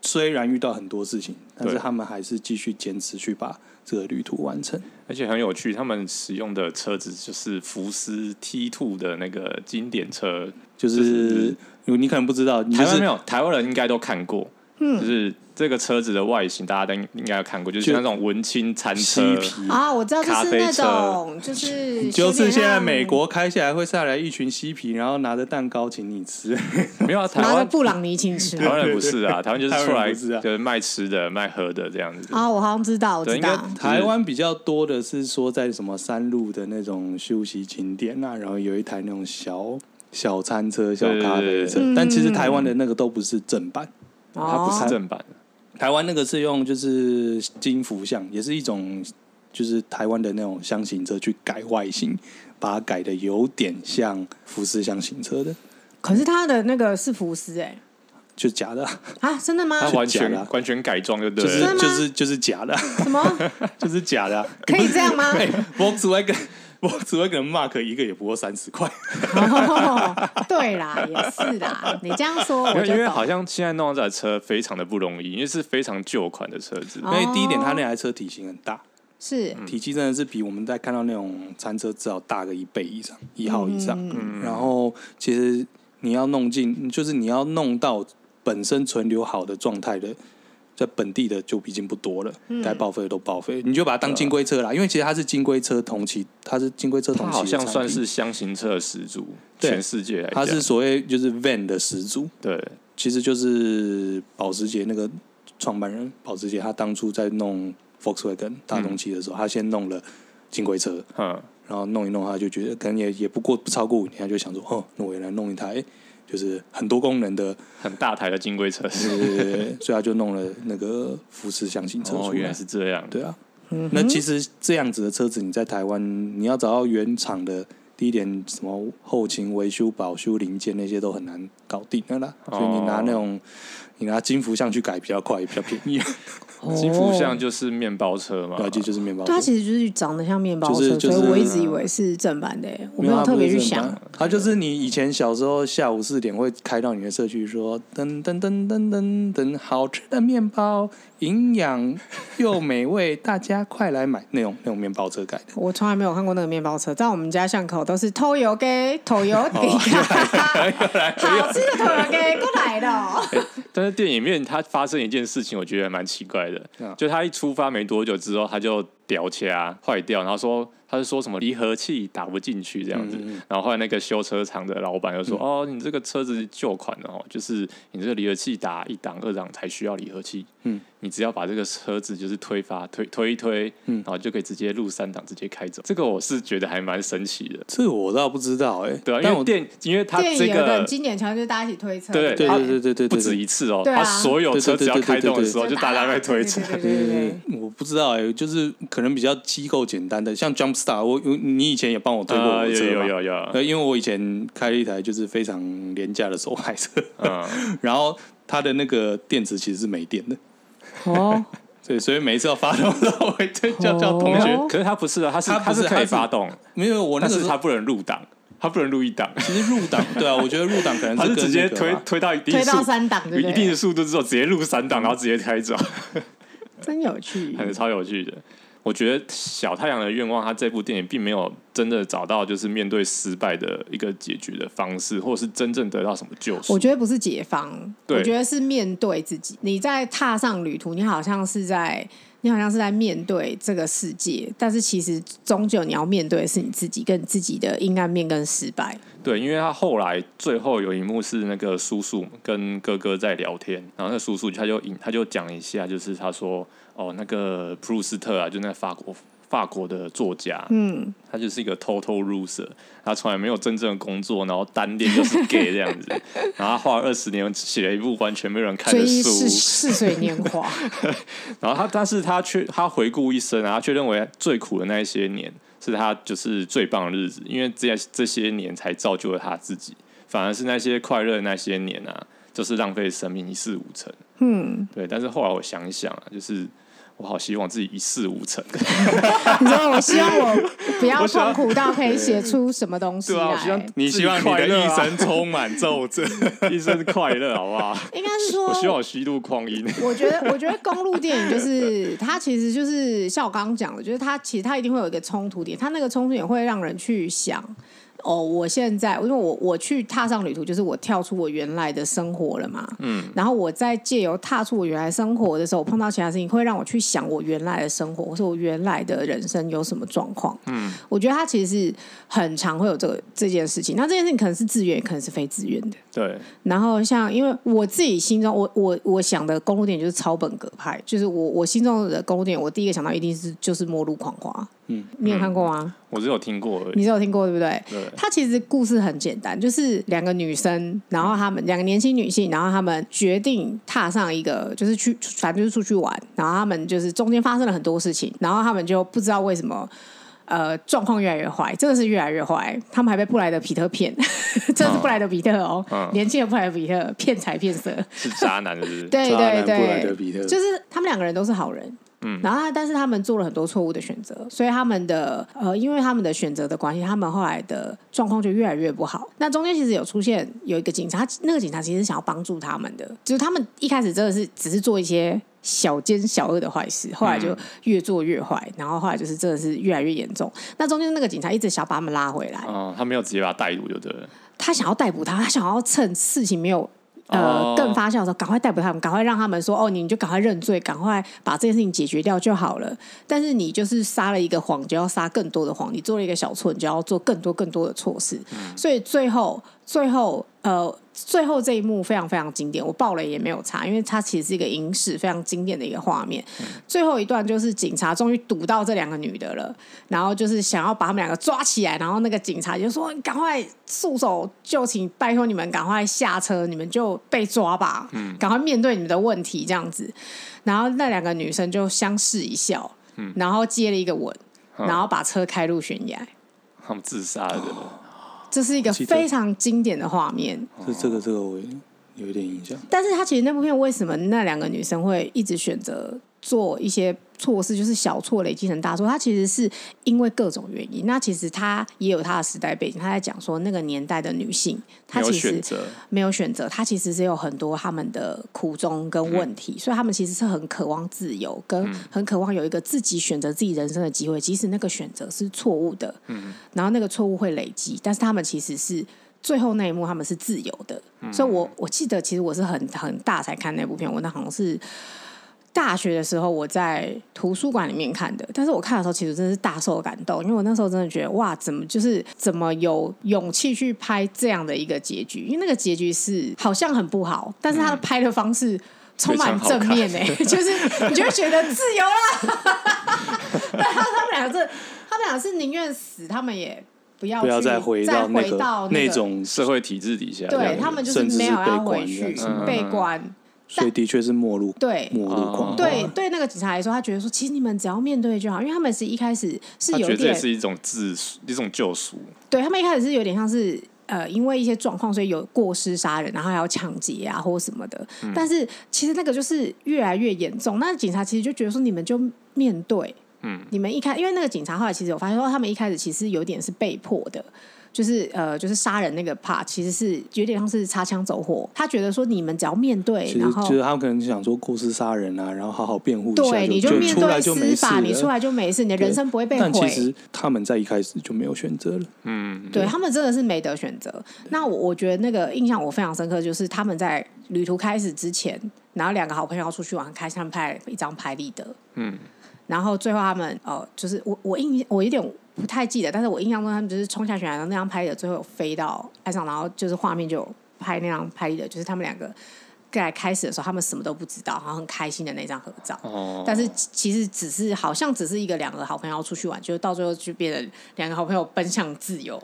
Speaker 1: 虽然遇到很多事情，但是
Speaker 2: 对
Speaker 1: 他们还是继续坚持去把这个旅途完成。
Speaker 2: 而且很有趣，他们使用的车子就是福斯 T Two 的那个经典车，
Speaker 1: 就是你可能不知道，你就
Speaker 2: 台湾没
Speaker 1: 是嗯
Speaker 2: 有，台湾人应该都看过，就是这个车子的外形，大家都应应该有看过，就是
Speaker 1: 就
Speaker 2: 那种文青餐
Speaker 1: 嬉
Speaker 2: 车，
Speaker 1: 皮。
Speaker 3: 啊，我知道，就是那
Speaker 2: 咖
Speaker 3: 种，就是
Speaker 1: 就是现在美
Speaker 3: 国。
Speaker 1: 国开下来会下来一群嬉皮，然后拿着蛋糕请你
Speaker 2: *laughs*
Speaker 1: 吃，
Speaker 2: 没
Speaker 1: *laughs*
Speaker 2: 有啊，台
Speaker 3: 拿着
Speaker 2: 湾
Speaker 3: 布朗尼请吃
Speaker 2: 台湾人不是啊，台湾就是出
Speaker 1: 台湾
Speaker 2: 来
Speaker 1: 人不是啊
Speaker 2: 就是卖吃的、卖喝的这样子。
Speaker 3: 啊！我好像知道，我
Speaker 2: 对
Speaker 3: 知
Speaker 2: 应该
Speaker 3: 道，
Speaker 1: 台湾比较多的是说在什么山路的那种休息景点啊，然后有一台那种小小餐车、小咖啡
Speaker 2: 对对
Speaker 1: 车
Speaker 2: 对，
Speaker 1: 但其实台湾的那个都不是正版，
Speaker 2: 它不
Speaker 3: 哦
Speaker 2: 是正版的，
Speaker 1: 台湾那个是用就是金福相，也是一种就是台湾的那种箱型车去改外形，把它改的有点像福斯箱型车的，
Speaker 3: 可是他的那个是福斯哎、
Speaker 1: 就假的啊，
Speaker 3: 啊，真的吗？
Speaker 2: 它完
Speaker 1: 是假的
Speaker 2: 全
Speaker 1: 啊
Speaker 2: 完全改装就对
Speaker 1: 就
Speaker 2: 了。
Speaker 1: 是
Speaker 3: 真的吗
Speaker 1: 就是就是假的啊，
Speaker 3: 什么
Speaker 1: 就是假的啊。
Speaker 3: 可以这样吗？
Speaker 1: 哎，Volkswagen Volkswagen Mark 一个也不过三十块，
Speaker 3: 哦对啦，也是啦，你这样说
Speaker 2: 因
Speaker 3: 我
Speaker 2: 为
Speaker 3: 就
Speaker 2: 因为
Speaker 3: 懂。
Speaker 2: 好像现在弄这台车非常的不容易，因为是非常旧款的车子，
Speaker 1: 因为第一点它那台车体型很大，
Speaker 3: 是
Speaker 2: 嗯
Speaker 1: 体积真的是比我们在看到那种餐车至少大个一倍以上，一号以上。然后其实你要弄进，就是你要弄到本身存留好的状态的，在本地的就已经不多了，该报废的都报废，你就把它当金龟车啦。因为其实它是金龟车同期，它是金龟车同
Speaker 2: 它
Speaker 1: 期，
Speaker 2: 好像算是。箱型车的始祖，
Speaker 1: 对
Speaker 2: 全世界来
Speaker 1: 它
Speaker 2: 讲，
Speaker 1: 是所谓就是 van 的始祖，
Speaker 2: 对
Speaker 1: 其实就是保时捷那个创办人，保时捷他当初在弄 Volkswagen 大众汽的时候，他先弄了金龟车，
Speaker 2: 嗯，
Speaker 1: 然后弄一弄，他就觉得可能也也不过不超过五年，他就想说，哦，那我也来弄一台，就是很多功能的， *laughs*
Speaker 2: 很大台的金 *laughs* 龟车。
Speaker 1: 呃所以他就弄了那个福斯箱型车
Speaker 2: 哦，
Speaker 1: 出
Speaker 2: 原
Speaker 1: 来。
Speaker 2: 来是这样。
Speaker 1: 对啊，那其实这样子的车子，你在台湾你要找到原厂的，第一点什么后勤维修、保修零件那些都很难搞定的啦。所以你拿那种你拿金福相去改比较快，也比较便宜。
Speaker 2: 金福像就是面包车
Speaker 1: *laughs*
Speaker 2: 嘛，
Speaker 1: 对，这就是面包车
Speaker 3: 它。其实就是长得像面包
Speaker 1: 就是
Speaker 3: 车，
Speaker 1: 就
Speaker 3: 所
Speaker 1: 是
Speaker 3: 以我一直以为是正版的耶，我没
Speaker 1: 没
Speaker 3: 有
Speaker 1: 它
Speaker 3: 特别
Speaker 1: 不
Speaker 3: 去
Speaker 1: 是正
Speaker 3: 想
Speaker 1: 版。它就是你以前小时候下午四点会开到你的社区说噔噔噔噔噔噔，好吃的面包，营养又美味，大家快来买那种那种面包车改的。
Speaker 3: 我从来没有看过那个面包车，在我们家巷口都是偷油给偷油给，好吃的偷油给过来的哦。
Speaker 2: 哎但是电影里面它发生一件事情，我觉得还蛮奇怪的，
Speaker 1: 嗯
Speaker 2: 就他一出发没多久之后，他就掉卡坏掉，然后说他是说什么离合器打不进去这样子，
Speaker 1: 嗯
Speaker 2: 然后后来那个修车厂的老板就说：“哦，你这个车子旧款的哦，就是你这个离合器打一档、二档才需要离合器，
Speaker 1: 嗯，
Speaker 2: 你只要把这个车子就是推发推推一推，
Speaker 1: 嗯
Speaker 2: 然后就可以直接入三档直接开走。这个我是觉得还蛮神奇的，
Speaker 1: 这我倒不知道哎、
Speaker 2: 对啊，因
Speaker 1: 但
Speaker 2: 为
Speaker 1: 我
Speaker 2: 电因为它
Speaker 3: 电影
Speaker 2: 这
Speaker 3: 有一个
Speaker 2: 个
Speaker 3: 很经典桥段，就是大家一起推车，
Speaker 2: 对
Speaker 1: 对
Speaker 2: 它
Speaker 1: 对对对对
Speaker 2: 不
Speaker 1: 对，
Speaker 2: 止一次哦，
Speaker 3: 对啊
Speaker 2: 它所有车只要开动的时候，
Speaker 3: 就
Speaker 2: 就大家在推车。
Speaker 3: 对对
Speaker 1: 对对
Speaker 3: 对对
Speaker 1: 对，我不知道哎、就是可能比较机构简单的，像 Jumpstar，我我你以前也帮我推过我
Speaker 2: 呃，
Speaker 1: 的车
Speaker 2: 有
Speaker 1: 吧
Speaker 2: 有有有，
Speaker 1: 对，因为我以前开了一台就是非常廉价的手牌车，
Speaker 2: 嗯，
Speaker 1: *laughs* 然后它的那个电池其实是没电的，
Speaker 3: 对，哦，
Speaker 1: 对，所以每一次要发动的时候，我会叫叫同
Speaker 2: 同
Speaker 1: 学，
Speaker 3: 哦
Speaker 2: 学，可是它不是啊，它是
Speaker 1: 它
Speaker 2: 它
Speaker 1: 不是
Speaker 2: 是可
Speaker 1: 它
Speaker 2: 以
Speaker 1: 是
Speaker 2: 发动，
Speaker 1: 没有我那
Speaker 2: 但
Speaker 1: 个
Speaker 2: 是
Speaker 1: 时
Speaker 2: 它
Speaker 1: 候
Speaker 2: 不能入档，它不能入一档，
Speaker 1: 其实入档，对啊，我觉得入档可能
Speaker 2: 它是
Speaker 1: 跟
Speaker 2: 直接
Speaker 1: 那个啊
Speaker 2: 推
Speaker 1: 吧
Speaker 2: 推到一定
Speaker 3: 推
Speaker 2: 速
Speaker 3: 到，三档，对
Speaker 2: 一
Speaker 3: 不
Speaker 2: 定
Speaker 3: 对？
Speaker 2: 的速度之后直接入三档，然后直接开走，
Speaker 3: 真有趣，
Speaker 2: 很超有趣的。我觉得《小太阳的愿望》它这部电影并没有真的找到就是面对失败的一个解决的方式，或者是真正得到什么救赎
Speaker 3: 我。觉得不是解放，
Speaker 2: 对
Speaker 3: 我觉得是面对自己。你在踏上旅途，你好像是在，你好像是在面对这个世界，但是其实终究你要面对的是你自己，跟你自己的阴暗面跟失败。
Speaker 2: 对，因为他后来最后有一幕是那个叔叔跟哥哥在聊天，然后那叔叔他就引他就讲一下，就是他说哦，那个普鲁斯特啊，就那法国法国的作家，
Speaker 3: 嗯，
Speaker 2: 他就是一个 total loser，他从来没有真正的工作，然后单恋就是 gay 这样子， *laughs* 然后他花了二十年写了一部完全没有人看
Speaker 3: 追
Speaker 2: 的
Speaker 3: 忆
Speaker 2: 书
Speaker 3: 似，似水年
Speaker 2: *laughs*
Speaker 3: 华，
Speaker 2: 然后他，但是他却他回顾一生啊，他却认为最苦的那一些年是他就是最棒的日子，因为这这些年才造就了他自己，反而是那些快乐的那些年啊，就是浪费生命一事无成。
Speaker 3: 嗯，
Speaker 2: 对，但是后来我想一想啊，就是我好希望自己一事无成，
Speaker 3: 你说我希望我不要
Speaker 2: 我想
Speaker 3: 痛苦到可以写出什么东西
Speaker 2: 对啊，我希望
Speaker 3: 来。
Speaker 1: 你希望你的
Speaker 2: 一
Speaker 1: 一
Speaker 2: 生
Speaker 1: 生充满皱褶，
Speaker 2: *laughs* 一生快乐，好不好？
Speaker 3: 应该是说，
Speaker 2: 我希望我虚度光阴。
Speaker 3: *laughs* 我觉得，我觉得公路电影就是它，其实就是像我刚刚讲的，就是它其实它一定会有一个冲突点，它那个冲突点会让人去想，哦，我现在因为我我去踏上旅途，就是我跳出我原来的生活了嘛，嗯，然后我在借由踏出我原来生活的时候，我碰到其他事情，会让我去想我原来的生活，或是我原来的人生有什么状况，嗯，我觉得它其实是很常会有这个这件事情，那这件事情可能是自愿，也可能是非自愿的。
Speaker 2: 对，
Speaker 3: 然后像，因为我自己心中，我我我想的公路电影就是超本格派，就是我我心中的公路电影，我第一个想到一定是就是《末路狂花》。嗯，你有看过吗？
Speaker 2: 我只有听过而已。
Speaker 3: 你是有听过对不对？
Speaker 2: 对，
Speaker 3: 它其实故事很简单，就是两个女生，然后她们两个年轻女性，然后她们决定踏上一个，就是去，反正就是出去玩，然后她们就是中间发生了很多事情，然后她们就不知道为什么。呃，状况越来越坏，真的是越来越坏。他们还被布莱德皮特骗，这是布莱德皮特哦，
Speaker 2: 嗯
Speaker 3: 年轻的布莱德皮特哦骗财骗色。
Speaker 2: 是渣男是不是？
Speaker 3: 对
Speaker 1: 渣
Speaker 3: 对
Speaker 1: 男布莱
Speaker 3: 对
Speaker 1: 德，比特，
Speaker 3: 就是他们两个人都是好人，嗯，然后他但是他们做了很多错误的选择，所以他们的呃，因为他们的选择的关系，他们后来的状况就越来越不好。那中间其实有出现有一个警察，那个警察其实是想要帮助他们的，就是他们一开始真的是只是做一些。小奸小恶的坏事，
Speaker 1: 嗯
Speaker 3: 后来就越做越坏，然后后来就是真的是越来越严重。那中间那个警察一直想把他们拉回来，
Speaker 2: 嗯，他没有直接把他带入就对了。
Speaker 3: 他想要逮捕他，他想要趁事情没有呃、
Speaker 2: 哦
Speaker 3: 更发酵的时候，赶快逮捕他们，赶快让他们说哦，你就赶快认罪，赶快把这件事情解决掉就好了。但是你就是杀了一个谎，你就要杀更多的谎；你做了一个小错，你就要做更多更多的错事。所以最后，最后，呃，最后这一幕非常非常经典，我爆了也没有差，因为它其实是一个影史非常经典的一个画面。最后一段就是警察终于堵到这两个女的了，然后就是想要把他们两个抓起来，然后那个警察就说：“嗯赶快束手就擒，拜托你们赶快下车，你们就被抓
Speaker 1: 嗯
Speaker 3: 吧，赶快面对你们的问题。”这样子，然后那两个女生就相视一笑，
Speaker 1: 嗯
Speaker 3: 然后接了一个吻，然后把车开入悬崖。
Speaker 2: 他们自杀的，
Speaker 3: 这是一个
Speaker 1: 记得
Speaker 3: 非常经典的画面。
Speaker 1: 这这个这个我有一点印象。
Speaker 3: 但是他其实那部片为什么那两个女生会一直选择做一些错事，就是小错累积成大错？他其实是因为各种原因。那其实他也有他的时代背景，他在讲说那个年代的女性，她
Speaker 2: 没有
Speaker 3: 其实
Speaker 2: 选择，
Speaker 3: 没有选择，她其实是有很多他们的苦衷跟问题，所以他们其实是很渴望自由，跟很渴望有一个自己选择自己人生的机会，即使那个选择是错误的，嗯，然后那个错误会累积，但是他们其实是。最后那一幕，他们是自由的，所以我我记得，其实我是很很大才看那部片，我那好像是大学的时候我在图书馆里面看的，但是我看的时候其实真的是大受感动，因为我那时候真的觉得哇，怎么就是怎么有勇气去拍这样的一个结局？因为那个结局是好像很不好，但是他的拍的方式。充满正面哎、 *laughs* 就是你就会觉得自由啦。 *laughs* 但他他们俩是，他们俩是宁愿死，他们也不要
Speaker 1: 不要
Speaker 3: 去
Speaker 1: 再回
Speaker 3: 再
Speaker 1: 到那
Speaker 3: 回
Speaker 1: 个
Speaker 3: 到
Speaker 1: 那
Speaker 3: 个
Speaker 1: 种，
Speaker 2: 社会体制底下这样
Speaker 3: 对
Speaker 2: 子，
Speaker 3: 他们就是
Speaker 1: 甚至是
Speaker 3: 没有要
Speaker 1: 被
Speaker 3: 回
Speaker 1: 关
Speaker 3: 去
Speaker 1: 这样
Speaker 2: 子
Speaker 3: 被关，
Speaker 1: 所以的确是末路
Speaker 3: 对
Speaker 1: 末路狂花
Speaker 2: 哦
Speaker 3: 对对，那个警察来说，他觉得说，其实你们只要面对就好，因为他们是一开始是
Speaker 2: 他
Speaker 3: 有
Speaker 2: 觉得这也
Speaker 3: 点，
Speaker 2: 是一种自赎，一种救赎，
Speaker 3: 对他们一开始是有点像是呃，因为一些状况，所以有过失杀人，然后还有抢劫啊或什么的。
Speaker 1: 嗯
Speaker 3: 但是其实那个就是越来越严重，那警察其实就觉得说，你们就面对，
Speaker 2: 嗯，
Speaker 3: 你们一开，因为那个警察后来其实有发现说，他们一开始其实有点是被迫的。就是呃，就是杀人那个 part 其实是有点像是擦枪走火。他觉得说你们只要面对，
Speaker 1: 其实
Speaker 3: 然后
Speaker 1: 就是他们可能想说过失杀人啊，然后好好辩护一下，
Speaker 3: 对，你
Speaker 1: 就
Speaker 3: 面
Speaker 1: 出来
Speaker 3: 对
Speaker 1: 就没
Speaker 3: 司
Speaker 1: 事
Speaker 3: 法，你
Speaker 1: 了
Speaker 3: 出来就没事，你的人生不会被
Speaker 1: 但其
Speaker 3: 毁。
Speaker 1: 实他们在一开始就没有选择了，
Speaker 2: 嗯，
Speaker 3: 对他们真的是没得选择。那我我觉得那个印象我非常深刻，就是他们在旅途开始之前，然后两个好朋友要出去玩，很开心他们拍了一张拍立得，
Speaker 2: 嗯，
Speaker 3: 然后最后他们哦、呃就是我我印我有点不太记得，但是我印象中他们就是冲下悬崖，然后那张拍立得最后有飞到岸上，然后就是画面就有拍那张拍立得，就是他们两个在开始的时候，他们什么都不知道，然后很开心的那张合照。
Speaker 2: 哦，
Speaker 3: 但是其其实只是好像只是一个两个好朋友要出去玩，就到最后就变成两个好朋友奔向自由。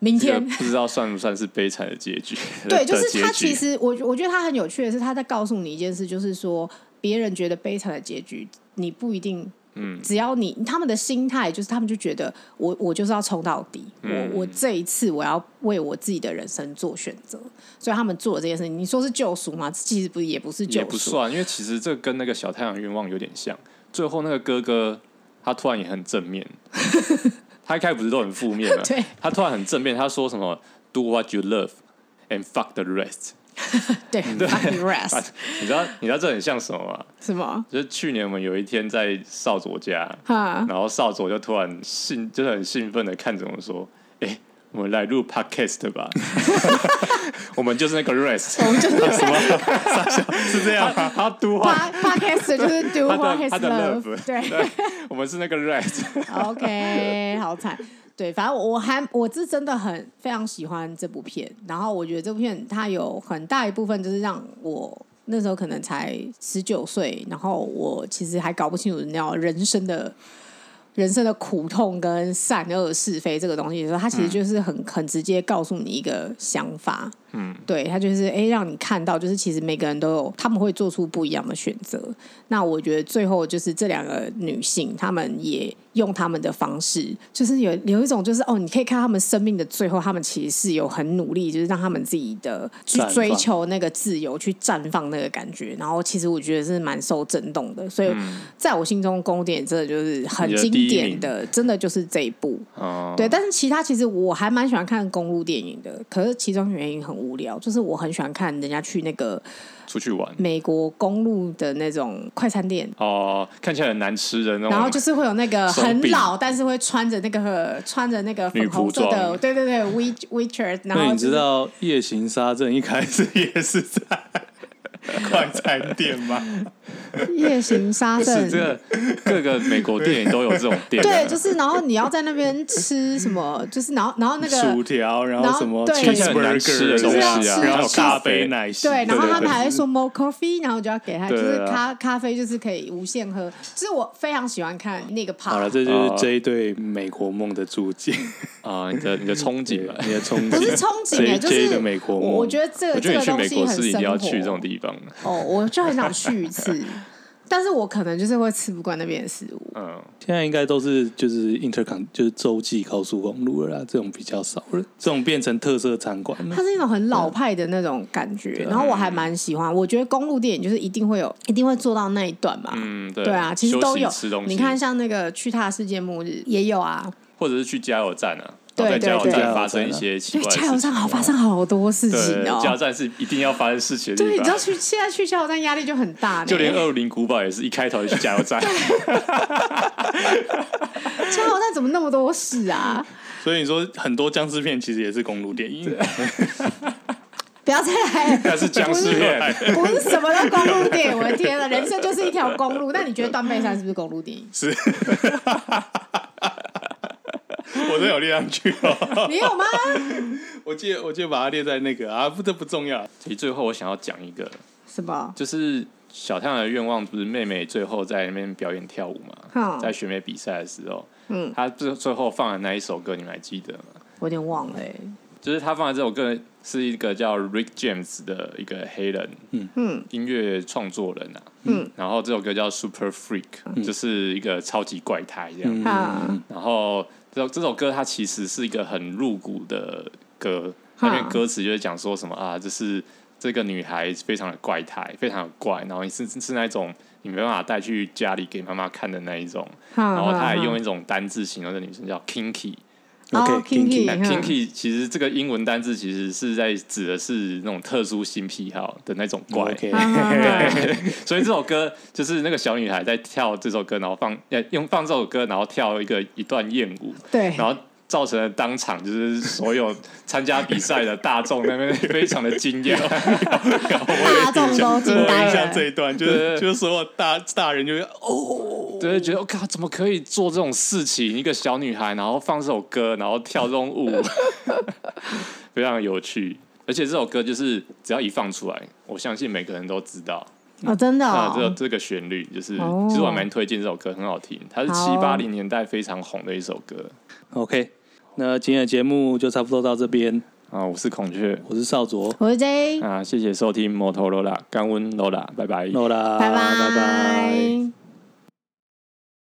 Speaker 3: 明
Speaker 2: 这个
Speaker 3: 天，
Speaker 2: 不知道算不算是悲惨的结局，
Speaker 3: *laughs* 对，就
Speaker 2: 的
Speaker 3: 是他
Speaker 2: 结局
Speaker 3: 其实我我觉得他很有趣的是，他在告诉你一件事，就是说别人觉得悲惨的结局，你不一定。
Speaker 2: 嗯
Speaker 3: 只要你他们的心态就是，他们就觉得我我就是要冲到底，
Speaker 2: 嗯
Speaker 3: 我我这一次我要为我自己的人生做选择，所以他们做了这件事情。你说是救赎吗？其实不也不是救
Speaker 2: 也
Speaker 3: 赎，
Speaker 2: 不算，因为其实这跟那个小太阳愿望有点像。最后那个哥哥他突然也很正面，他一开始不是都很负面吗？
Speaker 3: *laughs* 对
Speaker 2: 他突然很正面，他说什么 “Do what you love and fuck the rest”。 *laughs*
Speaker 3: 对 fucking
Speaker 2: 啊
Speaker 3: rest
Speaker 2: *laughs* 你知道你知道这很像什么吗？
Speaker 3: 什么
Speaker 2: 就是去年我们有一天在少佐家，
Speaker 3: 哈？
Speaker 2: 然后少佐就突然兴就是很兴奋的看着我说：“哎、我们来录 podcast
Speaker 3: *laughs*
Speaker 2: 吧， *laughs* 我们就是那个 rest，
Speaker 3: 我们就是
Speaker 2: *laughs*
Speaker 3: *laughs*
Speaker 2: 是这样吗？”他 do what
Speaker 3: Pa- podcast 就是 do
Speaker 2: 他的
Speaker 3: what his
Speaker 2: 他的
Speaker 3: love，
Speaker 2: love
Speaker 3: 对
Speaker 2: 我们是那个
Speaker 3: *laughs*
Speaker 2: rest。
Speaker 3: ，OK，好惨。对，反正我我还我是真的很非常喜欢这部片，然后我觉得这部片它有很大一部分就是让我那时候可能才十九岁，然后我其实还搞不清楚那样人生的人生的苦痛跟善恶是非这个东西的时候，它其
Speaker 1: 嗯
Speaker 3: 实就是很、很直接告诉你一个想法，
Speaker 2: 嗯，
Speaker 3: 对，它就是哎、诶让你看到，就是其实每个人都有他们会做出不一样的选择。那我觉得最后就是这两个女性，她们也用她们的方式，就是有有一种就是哦，你可以看她们生命的最后，她们其实是有很努力，就是让她们自己的去
Speaker 1: 绽放
Speaker 3: 追求那个自由，去绽放那个感觉。然后其实我觉得是蛮受震动的，所以在我心中，宫殿真的就是很
Speaker 2: 你的
Speaker 3: 经
Speaker 2: 第一
Speaker 3: 典
Speaker 2: 名
Speaker 3: 的，真的就是这一部。
Speaker 2: 哦，
Speaker 3: 对，但是其他其实我还蛮喜欢看公路电影的，可是其中原因很无聊，就是我很喜欢看人家去那个
Speaker 2: 出去玩
Speaker 3: 美国公路的那种快餐店。
Speaker 2: 哦，看起来很难吃的那种，
Speaker 3: 然后就是会有那个
Speaker 2: 松
Speaker 3: 很
Speaker 2: 饼
Speaker 3: 老，但是会穿着那个穿着那个粉
Speaker 2: 女
Speaker 3: 红
Speaker 2: 仆
Speaker 3: 色的，
Speaker 2: 装
Speaker 3: 对对对，We Witcher，然后、
Speaker 1: 那你知，道《夜行杀阵》一开始也是在
Speaker 2: 快餐店吗？
Speaker 3: 夜行
Speaker 2: *laughs*
Speaker 3: 杀
Speaker 2: 是
Speaker 3: 阵，
Speaker 2: 这
Speaker 3: *laughs*
Speaker 2: 个各个美国电影都有这种店啊，
Speaker 3: 对，就是然后你要在那边吃什么，就是然后然后那个
Speaker 1: 薯条，然
Speaker 3: 然
Speaker 1: 后
Speaker 3: 后
Speaker 1: 什么
Speaker 3: 对看起来
Speaker 2: 很难吃
Speaker 1: cheeseburger
Speaker 2: 的
Speaker 1: 东西
Speaker 3: 东西
Speaker 1: 啊，
Speaker 3: 啊
Speaker 1: 然后咖
Speaker 2: 对
Speaker 1: 啡奶昔，
Speaker 3: 对，然后
Speaker 1: 对
Speaker 3: 他
Speaker 1: 对
Speaker 3: 们还会说 more coffee，然后我就要给他，就
Speaker 2: 对
Speaker 3: 是
Speaker 2: 啊
Speaker 3: 咖咖啡就是可以无限喝，就是我非常喜欢看那个 part。
Speaker 1: 好了，这就是这一对美国梦的注解，
Speaker 2: 啊，你的你的憧憬吧。
Speaker 1: *laughs* 你的憧
Speaker 3: 不是
Speaker 1: 憬。
Speaker 3: 憧憬
Speaker 1: J-
Speaker 3: 欸就
Speaker 1: J
Speaker 3: 是
Speaker 1: 的美国梦
Speaker 3: 我我觉得这
Speaker 2: 我
Speaker 3: 个
Speaker 2: 觉
Speaker 3: 这
Speaker 2: 得你
Speaker 3: 个
Speaker 2: 去
Speaker 3: 东
Speaker 2: 美
Speaker 3: 西
Speaker 2: 国
Speaker 3: 很
Speaker 2: 是一定
Speaker 3: 生
Speaker 2: 要
Speaker 3: 活
Speaker 2: 去这种地方的，
Speaker 3: 哦，我就很想去一次。但是我可能就是会吃不惯那边的食物。
Speaker 2: 嗯，
Speaker 1: 现在应该都是就是 intercon 就是洲际高速公路了啦，这种比较少了，这种变成特色餐馆了。
Speaker 3: 它是一种很老派的那种感觉，然后我还蛮喜欢。我觉得公路电影就是一定会有，一定会做到那一段嘛。
Speaker 2: 嗯，对
Speaker 3: 对啊，其实都有
Speaker 2: 休息吃东。西
Speaker 3: 你看，像那个去他世界末日也有啊，
Speaker 2: 或者是去加油站啊，
Speaker 3: 对
Speaker 2: 然后在加油
Speaker 3: 对对
Speaker 2: 站发生一些奇
Speaker 3: 对，
Speaker 2: 怪的事情哦
Speaker 3: 加油站好发生好多事情
Speaker 2: 对，加油
Speaker 3: 哦。
Speaker 2: 站是一定要发生事情的地
Speaker 3: 对，你知道
Speaker 2: 方。
Speaker 3: 去现在去加油站压力就很大呢，
Speaker 2: 就连二五零古堡也是一开头就去加油站， *laughs*
Speaker 3: 加油站怎么那么多事啊？
Speaker 1: 所以你说很多僵尸片其实也是公路电影，
Speaker 3: 不要再来，
Speaker 2: 但是僵尸片
Speaker 3: 不是什么都公路电影，我的天呐，人生就是一条公路。那你觉得断背山是不是公路
Speaker 2: *laughs*
Speaker 3: 电影？
Speaker 1: *laughs* 我真有列上去哦。
Speaker 3: 你有吗？
Speaker 1: *laughs* 我记得我记得把它列在那个啊，不这不重要。
Speaker 2: 其实最后我想要讲一个，
Speaker 3: 什么？
Speaker 2: 就是小太阳的愿望，不是妹妹最后在那边表演跳舞嘛
Speaker 3: 嗯，
Speaker 2: 在选美比赛的时候，
Speaker 3: 嗯，
Speaker 2: 她最最后放的那一首歌，你们还记得吗？
Speaker 3: 我有点忘了、欸。
Speaker 2: 就是他放的这首歌是一个叫 Rick James 的一个黑人，
Speaker 1: 嗯
Speaker 3: 嗯
Speaker 2: 音乐创作人啊，
Speaker 3: 嗯，
Speaker 2: 然后这首歌叫 Super Freak，、就是一个超级怪胎这样。
Speaker 1: 嗯
Speaker 3: 啊，
Speaker 2: 然后这首这首歌它其实是一个很入骨的歌，
Speaker 3: 哈
Speaker 2: 那边歌词就是讲说什么啊，就是这个女孩非常的怪胎，非常的怪，然后你是是那种你没办法带去家里给妈妈看的那一种，然
Speaker 3: 然
Speaker 2: 哦后他还用一种单字形容这女生叫 kinky。
Speaker 1: OK，
Speaker 3: 哦 kinky，
Speaker 1: kinky
Speaker 2: 哎
Speaker 3: 嗯
Speaker 2: kinky 其实这个英文单字其实是在指的是那种特殊性癖好的那种怪
Speaker 1: 哦 OK，
Speaker 3: 啊嗯对，
Speaker 2: *laughs* 所以这首歌就是那个小女孩在跳这首歌，然后放呃用放这首歌，然后跳一个一段艳舞，
Speaker 3: 对，
Speaker 2: 然后造成了当场就是所有参加比赛的大众那边非常的惊讶， *laughs*
Speaker 3: 大众都惊
Speaker 1: 我印
Speaker 3: 呆
Speaker 1: 象这
Speaker 3: 了。
Speaker 1: 一段， *laughs* 就
Speaker 2: 对
Speaker 1: 是 *laughs*
Speaker 2: 对
Speaker 1: 就是所有大大人就会哦，
Speaker 2: 对，觉得我靠，怎么可以做这种事情？一个小女孩，然后放这首歌，然后跳这种舞， *laughs* 非常有趣。而且这首歌就是只要一放出来，我相信每个人都知道。
Speaker 3: 哦，真的、
Speaker 2: 那啊这
Speaker 3: 哦，
Speaker 2: 这个旋律就是，
Speaker 3: 哦
Speaker 2: 其实我还蛮推荐这首歌，很好听。它是
Speaker 3: 好
Speaker 2: 七八零年代非常红的一首歌
Speaker 1: OK，那今天的节目就差不多到这边。
Speaker 2: 啊。我是孔雀
Speaker 1: 我是少卓，
Speaker 3: 我是 J，
Speaker 2: 啊，谢谢收听摩托罗拉干温罗拉，拜拜。
Speaker 1: 诺拉，
Speaker 3: 拜
Speaker 1: 拜拜。
Speaker 3: 拜